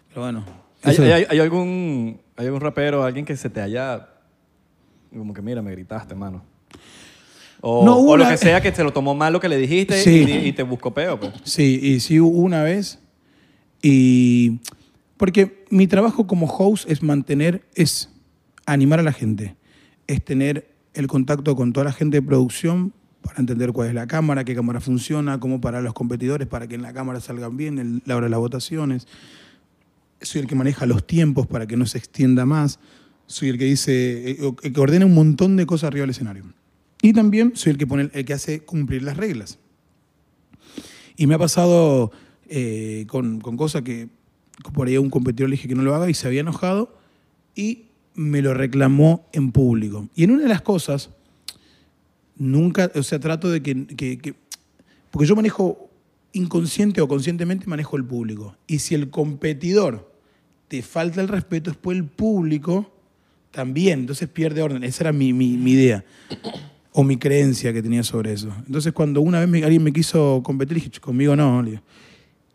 Speaker 1: Pero bueno. (laughs)
Speaker 2: ¿Hay,
Speaker 1: eso-
Speaker 2: hay- hay algún, ¿Hay algún rapero, alguien que se te haya... Como que, mira, me gritaste, mano. O,
Speaker 1: No, hubo
Speaker 2: o lo
Speaker 1: una-
Speaker 2: que sea que se lo tomó mal lo que le dijiste
Speaker 1: Sí.
Speaker 2: y, y te buscó peo, pues.
Speaker 1: Sí, y sí hubo una vez. Y porque mi trabajo como host es mantener, es animar a la gente, es tener el contacto con toda la gente de producción para entender cuál es la cámara, qué cámara funciona, cómo parar a los competidores para que en la cámara salgan bien, el- la hora de las votaciones. Soy el que maneja los tiempos para que no se extienda más. Soy el que dice, eh, o- que ordena un montón de cosas arriba del escenario. Y también soy el que, pone, el que hace cumplir las reglas. Y me ha pasado eh, con, con cosas que por ahí a un competidor le dije que no lo haga y se había enojado y me lo reclamó en público. Y en una de las cosas, nunca, o sea, trato de que, que- que- porque yo manejo inconsciente o conscientemente manejo el público. Y si el competidor te falta el respeto, después el público también, entonces pierde orden. Esa era mi- mi- mi idea o mi creencia que tenía sobre eso. Entonces, cuando una vez me- alguien me quiso competir, dije, "Ch, conmigo no, le digo.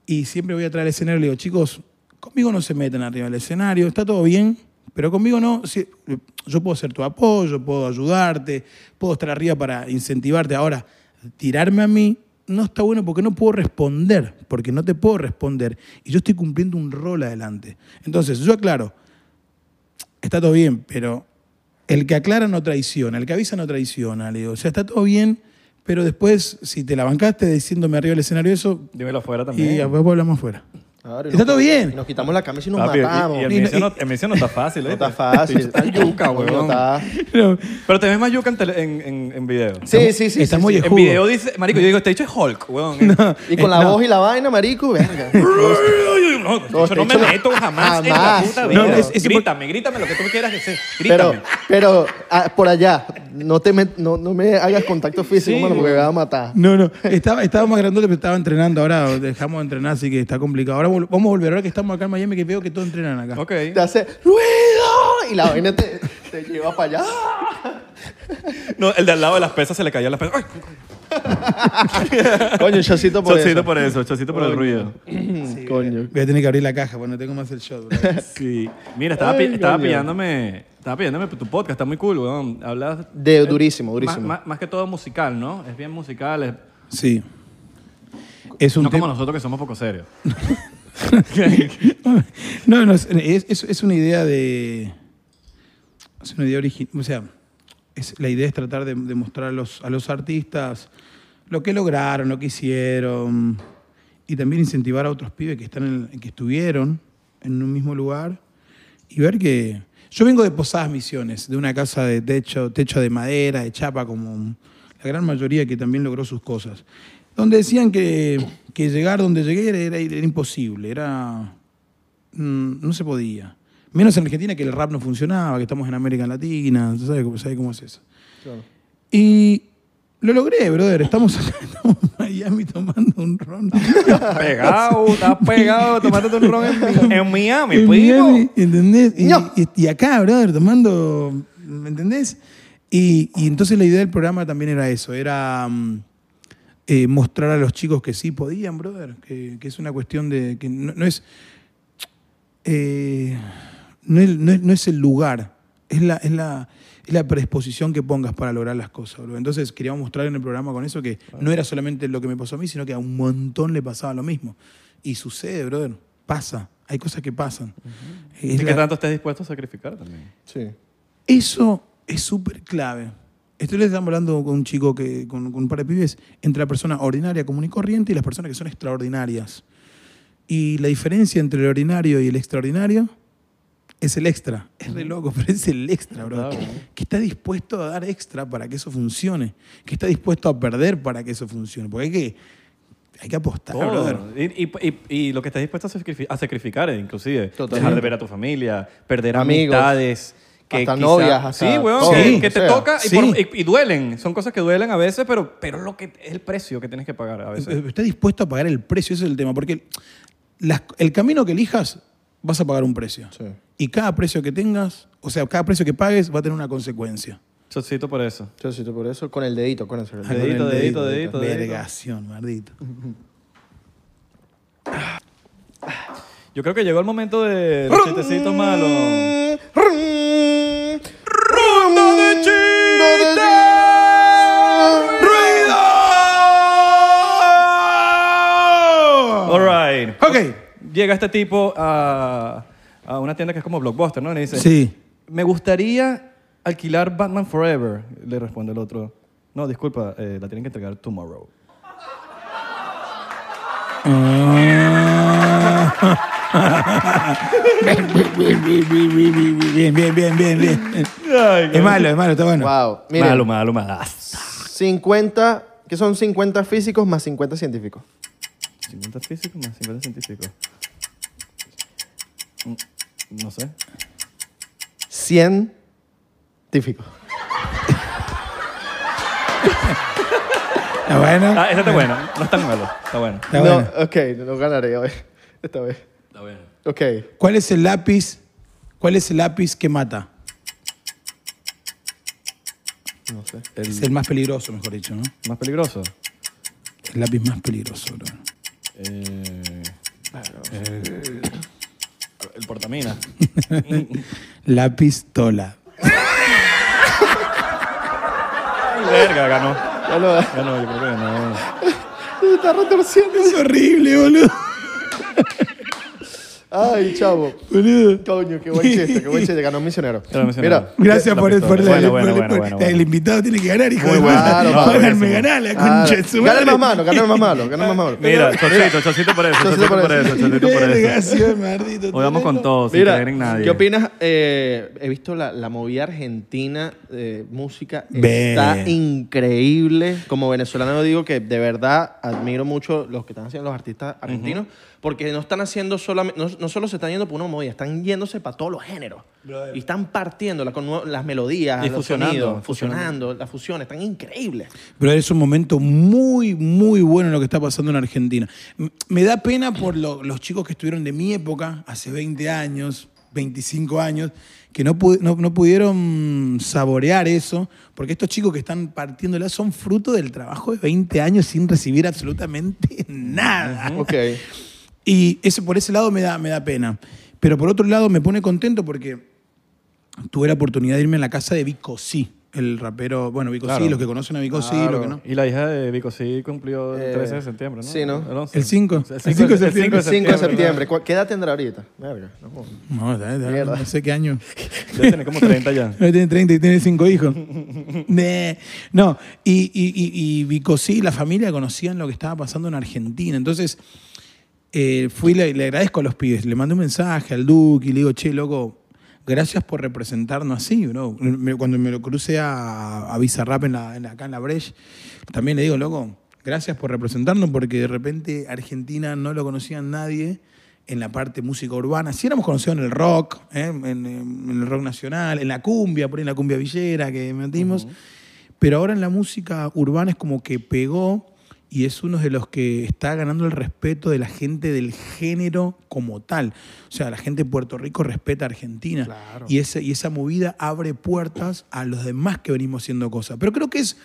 Speaker 1: Y siempre voy a traer al escenario y le digo, chicos, conmigo no se metan arriba del escenario, está todo bien, pero conmigo no. Si- yo puedo ser tu apoyo, puedo ayudarte, puedo estar arriba para incentivarte. Ahora, tirarme a mí no está bueno porque no puedo responder, porque no te puedo responder. Y yo estoy cumpliendo un rol adelante. Entonces, yo aclaro, está todo bien, pero el que aclara no traiciona, el que avisa no traiciona. Le digo, o sea, está todo bien, pero después, si te la bancaste diciéndome arriba del escenario eso,
Speaker 2: Dímelo afuera también.
Speaker 1: y después hablamos (laughs) afuera.
Speaker 3: Claro, y
Speaker 1: Está
Speaker 3: nos-
Speaker 1: todo bien.
Speaker 3: y Nos quitamos la camisa y nos
Speaker 2: Papi, y-
Speaker 3: matamos.
Speaker 2: Y, el
Speaker 1: Y-
Speaker 2: inicio
Speaker 1: y-
Speaker 2: no, el inicio no está fácil,
Speaker 3: No
Speaker 2: ¿eh?
Speaker 3: está fácil.
Speaker 2: Está yuca,
Speaker 3: No
Speaker 2: weón.
Speaker 3: está-
Speaker 1: Pero,
Speaker 2: Pero te ves más yuca en, tele- en, en- en video.
Speaker 3: Sí, sí, sí.
Speaker 1: está
Speaker 3: sí,
Speaker 1: muy
Speaker 3: sí.
Speaker 2: En video dice, marico, yo digo, este hecho es
Speaker 1: (laughs)
Speaker 2: Hulk, weón. No,
Speaker 3: Y con la voz y la vaina, marico, verga.
Speaker 2: no, no,
Speaker 3: este
Speaker 2: no me
Speaker 3: bicho-
Speaker 2: meto jamás, en la
Speaker 3: jamás,
Speaker 2: puta vida.
Speaker 3: no,
Speaker 1: es- es-
Speaker 2: grítame, grítame lo que tú me quieras decir. Grítame.
Speaker 3: Pero, pero ah, por allá, no, te met- no, no me hagas contacto
Speaker 2: Sí,
Speaker 3: físico,
Speaker 2: Mm.
Speaker 3: mano, porque me va a matar.
Speaker 1: no, no, estaba, estaba más grandote, pero estaba entrenando. Ahora dejamos de entrenar, así que está complicado. Ahora vol- vamos a volver, ahora que estamos acá en Miami, que veo que todos entrenan acá.
Speaker 2: ok.
Speaker 3: Te hace ruido y la vaina te, te lleva para allá.
Speaker 2: No, el de al lado de las pesas se le cayó a las pesas. ¡Ay!
Speaker 3: Coño, chocito por
Speaker 2: Chocito
Speaker 3: eso. Mm,
Speaker 2: por eso, chocito por el ruido.
Speaker 3: Coño.
Speaker 1: Voy a tener que abrir la caja, porque no tengo más el show. bro.
Speaker 2: (laughs) Sí. Mira, estaba, pi-
Speaker 3: Ay,
Speaker 2: estaba
Speaker 3: coño.
Speaker 2: pillándome. Estaba pillándome tu podcast, está muy cool, weón. Hablas. eh,
Speaker 3: De durísimo,
Speaker 2: Más,
Speaker 3: durísimo.
Speaker 2: más- más que todo musical, ¿no? Es bien musical. es-
Speaker 1: Sí. Es un
Speaker 2: no como
Speaker 1: tema.
Speaker 2: nosotros que somos poco serios.
Speaker 1: No, no, es, es- es- es una idea de. Es una idea original. O sea, es- la idea es tratar de, de mostrar a los, a los artistas lo que lograron, lo que hicieron. Y también incentivar a otros pibes que, están en- que estuvieron en un mismo lugar y ver que. Yo vengo de Posadas Misiones, de una casa de techo, techo de madera, de chapa, como la gran mayoría que también logró sus cosas. Donde decían que, que llegar donde llegué era, era imposible, era mm, no se podía. Menos en Argentina que el rap no funcionaba, que estamos en América Latina, ¿sabes cómo, sabe cómo es eso? Y lo logré, brother. Estamos acá, estamos en (laughs) Miami tomando un ron.
Speaker 2: Pegado, estás pegado, tomándote un ron en, en Miami,
Speaker 1: En
Speaker 2: primo.
Speaker 1: Miami, ¿entendés? Y,
Speaker 3: No.
Speaker 1: y- y acá, brother, tomando, ¿me entendés? Y, y entonces la idea del programa también era eso, era mm, eh, mostrar a los chicos que sí podían, brother, que, que es una cuestión de, que no, no es... eh, no es, no es- no es el lugar, es la, es, la, es la predisposición que pongas para lograr las cosas, bro. Entonces queríamos mostrar en el programa con eso que no era solamente lo que me pasó a mí, sino que a un montón le pasaba lo mismo. Y sucede, brother, pasa, hay cosas que pasan. Es
Speaker 2: ¿Y qué
Speaker 1: la-
Speaker 2: tanto estés dispuesto a sacrificar también?
Speaker 3: Sí.
Speaker 1: eso es súper clave. Esto le estamos hablando con un chico, que, con, con un par de pibes, entre la persona ordinaria, común y corriente y las personas que son extraordinarias. Y la diferencia entre el ordinario y el extraordinario es el extra. Es re loco, (laughs) pero es el extra, bro.
Speaker 2: Claro.
Speaker 1: Que está dispuesto a dar extra para que eso funcione. Que está dispuesto a perder para que eso funcione. Porque hay que, hay que
Speaker 3: (laughs)
Speaker 1: apostar,
Speaker 2: Todo.
Speaker 1: brother.
Speaker 2: Y, y- y- y lo que estás dispuesto a, sacrifi- a sacrificar, eh, inclusive.
Speaker 3: Total.
Speaker 2: Dejar de ver a tu familia, perder
Speaker 3: Amigos,
Speaker 2: amistades. Que
Speaker 3: hasta
Speaker 2: quizá-
Speaker 3: novias, hasta
Speaker 2: sí, weón,
Speaker 3: todo,
Speaker 2: que,
Speaker 1: o
Speaker 2: que te
Speaker 3: sea,
Speaker 2: toca y,
Speaker 1: sí.
Speaker 2: por- y- y duelen. Son cosas que duelen a veces, pero, pero lo que, es el precio que tienes que pagar a
Speaker 3: (laughs)
Speaker 2: veces.
Speaker 1: Estás Eh, dispuesto a pagar el precio, ese es el tema. Porque las- el camino que elijas, vas a pagar un precio.
Speaker 3: Sí.
Speaker 1: Y cada precio que tengas, o sea, cada precio que pagues va a tener una consecuencia.
Speaker 2: Chocito por eso.
Speaker 3: Yo siento por eso, con el dedito, con el celular.
Speaker 2: Dedito,
Speaker 1: Con el
Speaker 2: dedito, dedito, dedito.
Speaker 1: Vergación, maldito.
Speaker 2: Yo creo que llegó el momento de los chistecitos malos.
Speaker 3: ¡Ronda de chistes!
Speaker 1: ¡Ruido!
Speaker 2: All right.
Speaker 1: Ok.
Speaker 2: Llega este tipo a, a una tienda que es como Blockbuster, ¿no? Y le dice,
Speaker 1: Sí.
Speaker 2: me gustaría alquilar Batman Forever. Le responde el otro, no, disculpa, eh, la tienen que entregar tomorrow.
Speaker 1: Bien, bien, bien, bien, bien. Es malo, es malo, está bueno.
Speaker 3: Wow, miren,
Speaker 2: Malo, malo, malo. Ah.
Speaker 3: 50, que son 50 físicos más 50 científicos.
Speaker 2: 50 físicos más 50 científicos. Mm, No sé.
Speaker 3: 100 científicos.
Speaker 1: Está bueno.
Speaker 2: Ah, esa está buena. No es tan malo. Está bueno.
Speaker 1: Está
Speaker 3: no,
Speaker 1: bueno.
Speaker 3: ok, no ganaré hoy. (laughs) Esta vez.
Speaker 2: Está bueno.
Speaker 3: Ok.
Speaker 1: ¿Cuál es el lápiz? ¿Cuál es el lápiz que mata?
Speaker 3: No sé.
Speaker 1: Es
Speaker 2: El
Speaker 1: el más peligroso, mejor dicho, ¿no?
Speaker 2: más peligroso.
Speaker 1: El lápiz más peligroso, bro.
Speaker 2: Eh, el portamina.
Speaker 1: La pistola.
Speaker 2: Verga, ganó.
Speaker 3: Ya lo
Speaker 2: Ganó, yo creo que ganó.
Speaker 3: Se (laughs) está retorciendo.
Speaker 1: Es horrible, boludo.
Speaker 3: Ay, chavo.
Speaker 1: Boludo.
Speaker 3: Coño, qué buen chiste, qué buen chiste. Ganó un misionero.
Speaker 2: Ganó un misionero.
Speaker 3: Mira.
Speaker 1: Gracias
Speaker 2: La
Speaker 1: por, el,
Speaker 2: pistola.
Speaker 1: por la- por
Speaker 2: Bueno, bueno,
Speaker 1: el-
Speaker 2: bueno,
Speaker 1: por-
Speaker 2: bueno,
Speaker 1: El
Speaker 2: bueno.
Speaker 1: invitado tiene que ganar, hijo
Speaker 3: Muy
Speaker 1: de
Speaker 3: bueno,
Speaker 1: madre.
Speaker 3: claro,
Speaker 1: Páganme
Speaker 2: buenísimo.
Speaker 1: ganar la
Speaker 3: Ah,
Speaker 1: concha de su
Speaker 3: gana el
Speaker 1: madre.
Speaker 3: más malo, gana el más malo, gana el más malo.
Speaker 2: Mira, chocito, chocito por eso,
Speaker 3: Chocito
Speaker 2: chocito
Speaker 3: por
Speaker 2: por
Speaker 3: eso.
Speaker 2: eso, chocito por eso. (laughs)
Speaker 1: Vergación, maldito.
Speaker 2: Hoy vamos con todo, sin
Speaker 3: Mira,
Speaker 2: creer en nadie.
Speaker 3: ¿qué opinas? Eh, he visto la, la movida argentina de música.
Speaker 1: Ve.
Speaker 3: Está increíble. Como venezolano digo que de verdad admiro mucho los que están haciendo los artistas argentinos porque no están haciendo solamente, no, no solo se están yendo por una movida, están yéndose para todos los géneros. Y están partiéndola con nuevas- las melodías,
Speaker 2: Y
Speaker 3: los
Speaker 2: fusionando,
Speaker 3: sonidos,
Speaker 2: fusionando.
Speaker 3: fusionando, las fusiones. Están increíbles.
Speaker 1: Pero es un momento muy, muy bueno lo que está pasando en Argentina. M- Me da pena por lo- los chicos que estuvieron de mi época, hace 20 años, 25 años, que no, pu- no, no pudieron saborear eso, porque estos chicos que están partiéndola son fruto del trabajo de 20 años sin recibir absolutamente (laughs) nada.
Speaker 3: Ok.
Speaker 1: Y ese, por ese lado me da, me da pena. Pero por otro lado me pone contento porque tuve la oportunidad de irme a la casa de Vico Sí, el rapero, bueno, Vico
Speaker 2: Claro.
Speaker 1: Sí, los que conocen a Vico Sí, los que no.
Speaker 2: Y la hija de Vico sí cumplió el
Speaker 3: Eh,
Speaker 2: 13 de septiembre, ¿no?
Speaker 3: sí, ¿no?
Speaker 2: El 11.
Speaker 1: El 5.
Speaker 2: El
Speaker 1: El
Speaker 2: 5
Speaker 1: 5 de
Speaker 2: de septiembre.
Speaker 3: (laughs)
Speaker 1: septiembre.
Speaker 3: 5 de septiembre. ¿Cuál- ¿Qué edad tendrá ahorita? Verga, no jodas.
Speaker 1: No, da- da-
Speaker 3: Mierda.
Speaker 1: no sé qué (laughs) año.
Speaker 2: Ya tiene como
Speaker 1: (laughs)
Speaker 2: 30 ya.
Speaker 1: Ahora tiene 30 y tiene 5 hijos. Ne. no, y, y, y, y Vicosí y la familia conocían lo que estaba pasando en Argentina. Entonces, eh, fui, le, le agradezco a los pibes. Le mandé un mensaje al Duque y le digo, che, loco, gracias por representarnos así, bro. Me- Cuando me lo crucé a, a Bizarrap en la, en la- acá en la Breche, también le digo, loco, gracias por representarnos porque de repente Argentina no lo conocía nadie en la parte música urbana. Sí éramos conocidos en el rock, ¿eh? en, en- en el rock nacional, en la cumbia, por ahí en la cumbia villera que metimos. Pero ahora en la música urbana es como que pegó y es uno de los que está ganando el respeto de la gente del género como tal. O sea, la gente de Puerto Rico respeta a Argentina. Y, ese, y esa movida abre puertas a los demás que venimos haciendo cosas. Pero creo que es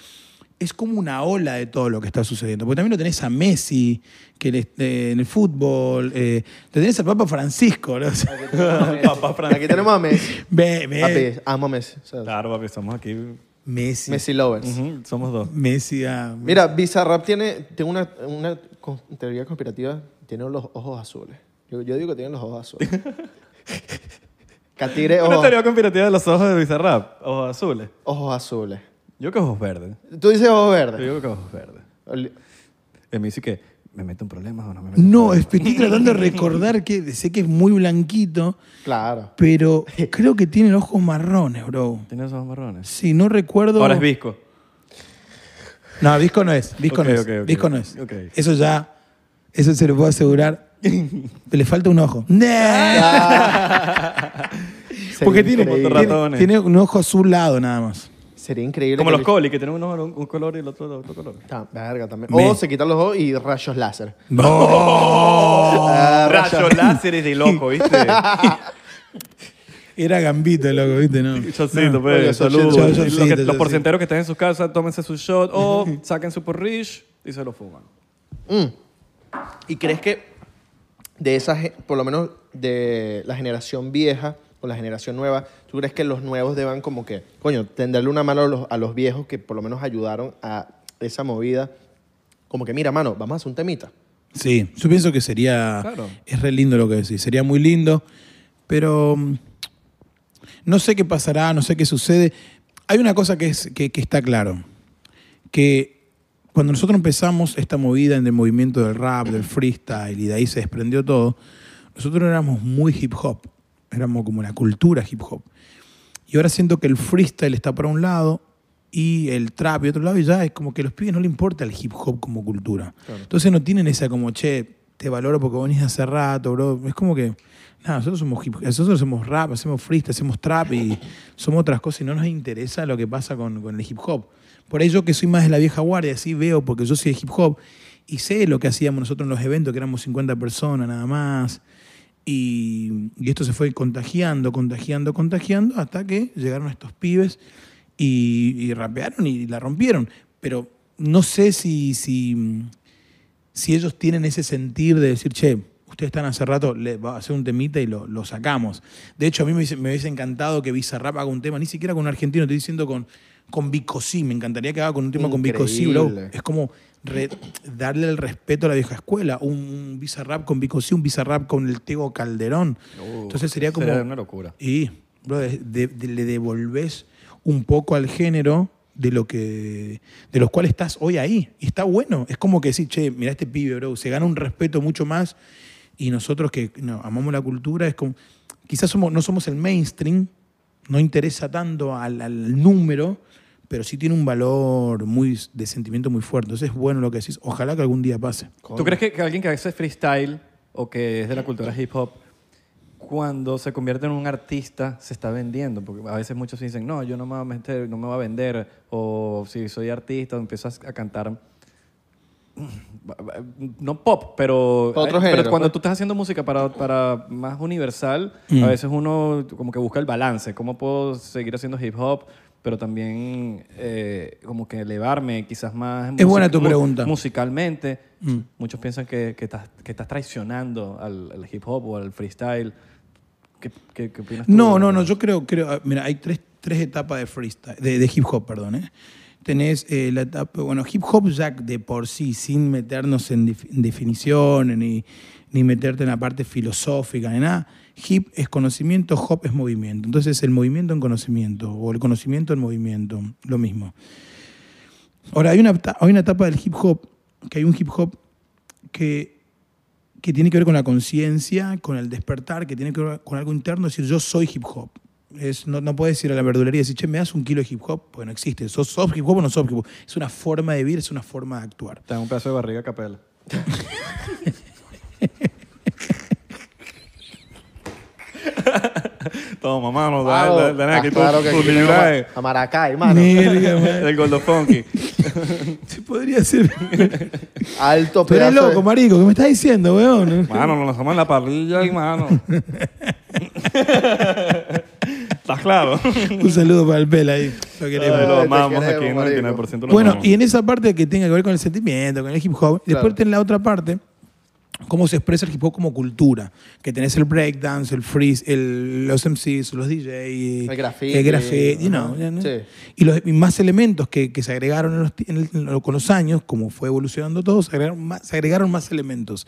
Speaker 1: es como una ola de todo lo que está sucediendo. Porque también lo tenés a Messi que le- eh, en el fútbol, eh, lo tenés al Papa Francisco. ¿no? (laughs) O sea,
Speaker 2: Papá Frank.
Speaker 3: Aquí tenemos a Messi.
Speaker 1: ve- ve-
Speaker 3: Papi, amo a Messi. o sea,
Speaker 2: Claro, papi, somos aquí.
Speaker 1: Messi. Messi.
Speaker 3: Messi lovers.
Speaker 2: Ujú, Somos dos.
Speaker 1: ah,
Speaker 3: Mira, Bizarrap tiene, tiene una, una con- teoría conspirativa. Tiene los ojos azules. Yo, yo digo que tiene los
Speaker 2: (laughs)
Speaker 3: ojos azules. Catire,
Speaker 2: Una
Speaker 3: ojos,
Speaker 2: teoría conspirativa de los ojos de Bizarrap. Ojos azules.
Speaker 3: ojos azules.
Speaker 2: Yo que ojos verdes.
Speaker 3: Tú dices ojos
Speaker 2: Yo
Speaker 3: verdes.
Speaker 2: digo que ojos verdes.
Speaker 3: Oli-
Speaker 2: Él me dice que me meto en problemas o no me meto en
Speaker 1: No,
Speaker 2: problemas?
Speaker 1: estoy tratando de recordar que sé que es muy blanquito,
Speaker 2: (laughs)
Speaker 3: Claro.
Speaker 1: pero creo que tiene ojos marrones, bro.
Speaker 2: Tiene los ojos marrones.
Speaker 1: Si no recuerdo.
Speaker 2: Ahora es visco.
Speaker 1: No, disco no es. Disco
Speaker 2: Ok,
Speaker 1: no es.
Speaker 2: ok, ok.
Speaker 1: disco no es.
Speaker 2: Ok.
Speaker 1: Eso ya. Eso se lo puedo asegurar.
Speaker 2: (laughs)
Speaker 1: Le falta un ojo. ¡Nee! Porque
Speaker 3: Sería
Speaker 1: tiene,
Speaker 3: increíble.
Speaker 2: Motorrad.
Speaker 1: tiene,
Speaker 2: ratones.
Speaker 1: tiene un ojo azul lado nada
Speaker 2: (laughs)
Speaker 1: más.
Speaker 3: Sería increíble.
Speaker 2: Como
Speaker 3: que
Speaker 2: los
Speaker 3: le-
Speaker 2: colis, que tienen uno un, un color y el otro otro color.
Speaker 3: Ta- verga, también.
Speaker 1: Me-
Speaker 3: O se quitan los ojos y rayos láser.
Speaker 1: ¡No!
Speaker 3: Ah,
Speaker 2: Rayo láseres de loco, (laughs) ¿viste?
Speaker 1: Era gambito, loco, ¿viste? No.
Speaker 2: Chocito,
Speaker 3: Oye,
Speaker 2: pues.
Speaker 3: shotcito.
Speaker 2: Saludos.
Speaker 1: Shot,
Speaker 2: Y
Speaker 1: shotcito,
Speaker 2: los que- Los
Speaker 1: shotcito.
Speaker 2: porcenteros que están en sus casas, tómense su shot o saquen su porridge y se lo fuman.
Speaker 3: Mm. ¿Y crees que de esa, ge- por lo menos de la generación vieja o la generación nueva, tú crees que los nuevos deban como que, coño, tenderle una mano a los, a los viejos que por lo menos ayudaron a esa movida? Como que, mira, mano, vamos a hacer un temita.
Speaker 1: Sí, yo pienso que sería.
Speaker 2: Claro.
Speaker 1: Es re lindo lo que decís, sería muy lindo, pero mm, no sé qué pasará, no sé qué sucede. Hay una cosa que, es, que, que está claro: que cuando nosotros empezamos esta movida en el movimiento del rap, del freestyle, y de ahí se desprendió todo, nosotros éramos muy hip hop, éramos como una cultura hip hop. Y ahora siento que el freestyle está para un lado y el trap y otro lado, y ya es como que a los pibes no le importa el hip hop como cultura. Entonces no tienen esa como, che, te valoro porque venís de hace rato, bro. Es como que, nada, nosotros somos hip nosotros hacemos rap, hacemos freestyle, hacemos trap y somos otras cosas y no nos interesa lo que pasa con, con el hip hop. Por ahí yo que soy más de la vieja guardia, sí veo, porque yo soy de hip hop y sé lo que hacíamos nosotros en los eventos, que éramos 50 personas nada más. Y, y esto se fue contagiando, contagiando, contagiando, hasta que llegaron estos pibes y, y rapearon y la rompieron. Pero no sé si, si, si ellos tienen ese sentir de decir, che, ustedes están hace rato, le va a hacer un temita y lo, lo sacamos. De hecho, a mí me hubiese, me hubiese encantado que Bizarrap haga un tema, ni siquiera con un argentino, estoy diciendo con, con Bicosí, me encantaría que haga con un tema con Bicosí, bro.
Speaker 3: Increíble.
Speaker 1: Es como re- darle el respeto a la vieja escuela, un, un Bizarrap con Bicosí, un Bizarrap con el Tego Calderón. Entonces sería como...
Speaker 2: Sería Uh, una locura.
Speaker 1: Y, bro, de- de- de- le devolvés un poco al género de lo que de los cuales estás hoy ahí. Y está bueno. Es como que decir, che, mira este pibe, bro, se gana un respeto mucho más. Y nosotros que no, amamos la cultura, es como. Quizás somos, no somos el mainstream, no interesa tanto al, al número, pero sí tiene un valor muy de sentimiento muy fuerte. Entonces es bueno lo que decís. Ojalá que algún día pase.
Speaker 2: ¿Tú crees que, que alguien que hace freestyle o que es de la cultura hip hop, cuando se convierte en un artista, se está vendiendo? Porque a veces muchos dicen, no, yo no me voy a, meter, no me voy a vender, o si soy artista, o empiezo a cantar. mm, ba- ba- No pop, pero, eh,
Speaker 3: Otro
Speaker 2: pero
Speaker 3: género,
Speaker 2: cuando
Speaker 3: pues.
Speaker 2: tú estás haciendo música para, para más universal, a veces uno como que busca el balance. ¿Cómo puedo seguir haciendo hip hop, pero también eh, como que elevarme quizás más
Speaker 1: Es buena tu
Speaker 2: mu-
Speaker 1: pregunta. Mm.
Speaker 2: Musicalmente, muchos piensan que, que estás, que estás traicionando al, al hip hop o al freestyle. ¿Qué, qué- qué opinas tú?
Speaker 1: No, no, no, yo creo, creo ah, mira, hay tres, tres etapas de freestyle, de, de hip hop, perdón. ¿eh? Tenés eh, la etapa, bueno, hip hop ya de por sí, sin meternos en, def- en definiciones ni, ni meterte en la parte filosófica ni nada. Hip es conocimiento, hop es movimiento. Entonces el movimiento en conocimiento o el conocimiento en movimiento, lo mismo. Ahora, hay una, eta- hay una etapa del hip hop, que hay un hip hop que, que tiene que ver con la conciencia, con el despertar, que tiene que ver con algo interno, es decir, yo soy hip hop. Es, no, no puedes ir a la verdulería y decir, che, me das un kilo de hip hop, porque no existe. ¿Sos, sos hip hop o no sos hip hop? Es una forma de vivir, es una forma de actuar.
Speaker 2: Te dan un pedazo de barriga a capela. (laughs) Toma, mano,
Speaker 3: Claro,
Speaker 2: dale, dale
Speaker 3: ah,
Speaker 2: aquí tu-
Speaker 3: claro que
Speaker 2: tu
Speaker 3: aquí tenemos
Speaker 2: librae
Speaker 3: a Maracay, mano.
Speaker 2: (laughs)
Speaker 1: Mierda, man.
Speaker 2: del Gordo Funky.
Speaker 1: Se podría ser.
Speaker 3: Alto
Speaker 1: Tú eres
Speaker 3: pedazo de-
Speaker 1: loco, marico, ¿qué me estás diciendo,
Speaker 2: (laughs)
Speaker 1: weón?
Speaker 3: (laughs)
Speaker 2: Mano, nos lanzamos en la parrilla, hermano. ¿Estás claro?
Speaker 1: Un saludo para el Pel ahí. Lo queremos.
Speaker 2: Lo
Speaker 3: te
Speaker 2: amamos
Speaker 3: queremos,
Speaker 2: aquí en
Speaker 3: marico.
Speaker 2: 99% lo
Speaker 1: Bueno,
Speaker 2: amamos.
Speaker 1: y en esa parte que tenga que ver con el sentimiento, con el hip hop, después tenés la otra parte, cómo se expresa el hip hop como cultura, que tenés el breakdance, el freeze, el- los MCs, los DJs, el
Speaker 3: graffiti,
Speaker 1: graffiti, you know,
Speaker 3: ajá,
Speaker 1: ¿no?
Speaker 3: sí.
Speaker 1: y los y más elementos que, que se agregaron en los ti- en el- en lo- con los años, como fue evolucionando todo, se agregaron, más, se agregaron más elementos.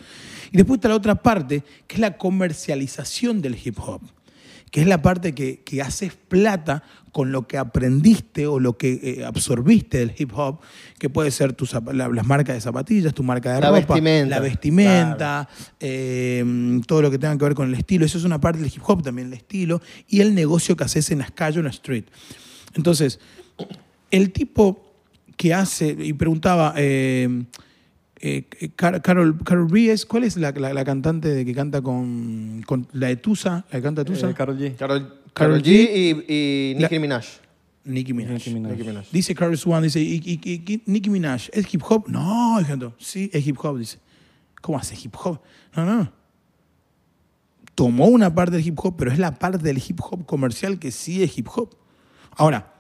Speaker 1: Y después está la otra parte, que es la comercialización del hip hop que es la parte que, que haces plata con lo que aprendiste o lo que eh, absorbiste del hip hop, que puede ser tus zap- la- las marcas de zapatillas, tu marca de
Speaker 3: La
Speaker 1: ropa,
Speaker 3: vestimenta.
Speaker 1: la vestimenta, eh, todo lo que tenga que ver con el estilo. Eso es una parte del hip hop también, el estilo y el negocio que haces en las calles, en la street. Entonces, el tipo que hace, y preguntaba, eh, eh, Car- Carol, Carol Ries, ¿cuál es la, la- la cantante de que canta con, con la de Tusa? ¿La que canta Tusa?
Speaker 2: Eh, Karol G.
Speaker 3: Carol,
Speaker 1: Karol
Speaker 3: Karol G y, y
Speaker 1: La-
Speaker 3: Nicki Minaj.
Speaker 1: Nicki Minaj.
Speaker 2: Nicki Minaj.
Speaker 3: Nicki Minaj.
Speaker 1: Dice Carrie Swan, dice, y, y- y- y- Nicki Minaj, ¿es hip hop? No, ejemplo, sí, es hip hop, dice. ¿Cómo hace hip hop? No, no. Tomó una parte del hip hop, pero es la parte del hip hop comercial que sí es hip hop. Ahora,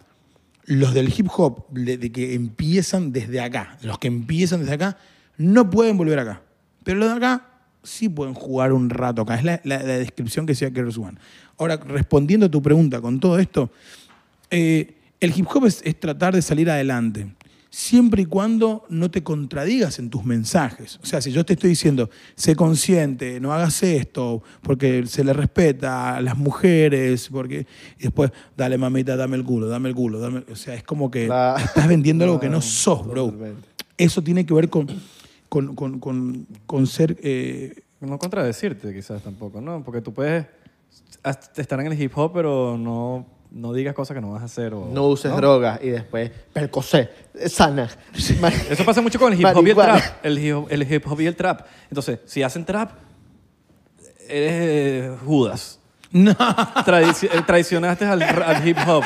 Speaker 1: los del hip hop, de, de que empiezan desde acá, los que empiezan desde acá, no pueden volver acá. Pero los de acá sí pueden jugar un rato acá. Es la, la- la descripción que sea que resuman. Ahora, respondiendo a tu pregunta con todo esto, eh, el hip hop es, es tratar de salir adelante, siempre y cuando no te contradigas en tus mensajes. O sea, si yo te estoy diciendo, sé consciente, no hagas esto, porque se le respeta a las mujeres, porque y después, dale mamita, dame el culo, dame el culo, dame... O sea, es como que
Speaker 3: La-
Speaker 1: estás vendiendo algo que no sos, bro.
Speaker 3: totalmente.
Speaker 1: Eso tiene que ver con, con, con- con- con ser... eh, (laughs)
Speaker 2: No contradecirte quizás tampoco, ¿no? Porque tú puedes as- estar en el hip hop, pero no, no digas cosas que no vas a hacer. O,
Speaker 3: No uses drogas y después percocé, sana.
Speaker 2: Eso pasa mucho con el hip hop y el
Speaker 3: Marihuana.
Speaker 2: trap. El hip, el hip hop y el trap. Entonces, si hacen trap, eres eh, Judas.
Speaker 1: no.
Speaker 2: (laughs) Tradici- eh, traicionaste al, ra- al hip hop.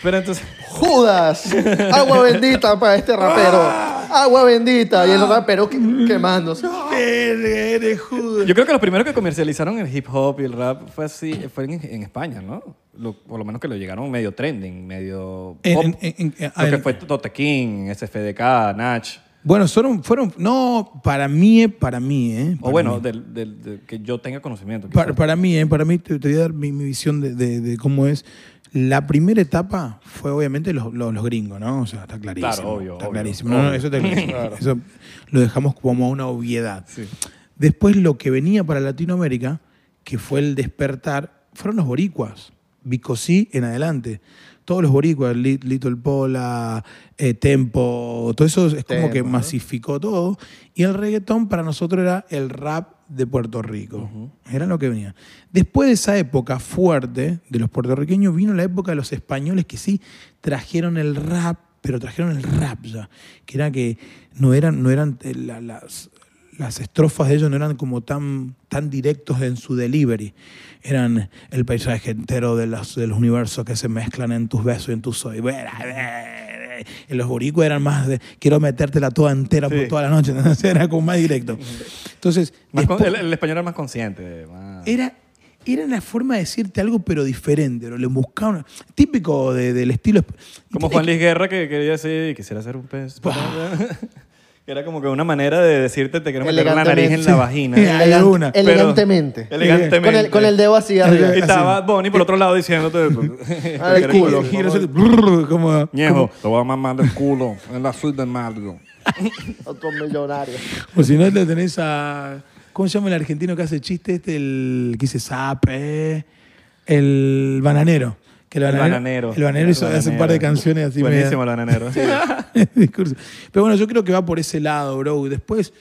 Speaker 2: Pero entonces,
Speaker 3: Judas, agua bendita para este rapero.
Speaker 2: Ah.
Speaker 3: Agua bendita. Y el rapero que- quemándose.
Speaker 1: Eres- eres judo.
Speaker 2: yo creo que los primeros que comercializaron el hip hop y el rap fue así, fue en, en España, ¿no? Lo- por lo menos que lo llegaron medio trending, medio
Speaker 1: En-
Speaker 2: pop.
Speaker 1: en- en- en-
Speaker 2: lo que
Speaker 1: en-
Speaker 2: fue Tote King, SFDK, Nach.
Speaker 1: Bueno, fueron, fueron, no, para mí, eh, para mí, ¿eh?
Speaker 2: O bueno, del, del- del- que yo tenga conocimiento. quizás.
Speaker 1: Para, para mí, ¿eh? para mí, te, te voy a dar mi, mi visión de, de- de cómo es. La primera etapa fue obviamente los, los- los gringos, ¿no? O sea, está clarísimo.
Speaker 2: Claro, obvio,
Speaker 1: Está
Speaker 2: obvio,
Speaker 1: clarísimo. No, no,
Speaker 2: obvio.
Speaker 1: eso está clarísimo. Eso lo dejamos como una obviedad.
Speaker 2: Sí.
Speaker 1: Después lo que venía para Latinoamérica, que fue el despertar, fueron los boricuas. Bicosí en adelante. Todos los boricuas, Li- Little Pola, eh, Tempo, todo eso es como
Speaker 3: Tempo,
Speaker 1: que
Speaker 3: ¿no?
Speaker 1: masificó todo. Y el reggaetón para nosotros era el rap de Puerto Rico. Era lo que venía. Después de esa época fuerte de los puertorriqueños, vino la época de los españoles que sí trajeron el rap, pero trajeron el rap ya. Que era que no eran, no eran eh, la- las, las estrofas de ellos no eran como tan, tan directos en su delivery. Eran el paisaje entero de los, de los universos que se mezclan en tus besos y en tus soy. En los boricuas eran más de quiero metértela toda entera por
Speaker 2: Sí.
Speaker 1: toda la noche. (laughs) Entonces era como más directo. Entonces,
Speaker 2: Más con-
Speaker 1: después-
Speaker 2: el, el español era más consciente. más-
Speaker 1: era, era la forma de decirte algo, pero diferente. ¿no? Le buscaban. Típico de- del estilo.
Speaker 2: Como Juan Luis Guerra que quería decir, quisiera ser un pez. Era como (laughs) que una manera de decirte, te quiero meter la nariz en
Speaker 3: Elegantemente.
Speaker 2: la vagina.
Speaker 1: Sí. Hay
Speaker 3: Elegan-
Speaker 1: una.
Speaker 2: Pero-
Speaker 3: (laughs) elegantemente.
Speaker 2: Elegantemente.
Speaker 3: Con el, con el dedo Ah, así
Speaker 2: Y
Speaker 1: Así.
Speaker 3: arriba.
Speaker 2: estaba Bonnie por otro lado diciéndote.
Speaker 3: (laughs) Ah, el
Speaker 1: Y- y-
Speaker 3: culo.
Speaker 1: y- y- brrr, como-
Speaker 3: (laughs)
Speaker 2: Ñejo, te voy a mamar el culo en la suite de Mario.
Speaker 3: Otro millonario.
Speaker 1: O si no, lo tenés a. ¿Cómo se llama el argentino que hace chiste? Este, el que dice sape. El bananero. Que el,
Speaker 2: El
Speaker 1: bananero,
Speaker 2: bananero.
Speaker 1: El bananero hizo-
Speaker 2: El
Speaker 1: hace un par de
Speaker 2: bananero.
Speaker 1: canciones así.
Speaker 2: Buenísimo el
Speaker 1: media-
Speaker 2: bananero.
Speaker 1: (laughs) discurso. Pero bueno, yo creo que va por ese lado, bro. Y Después,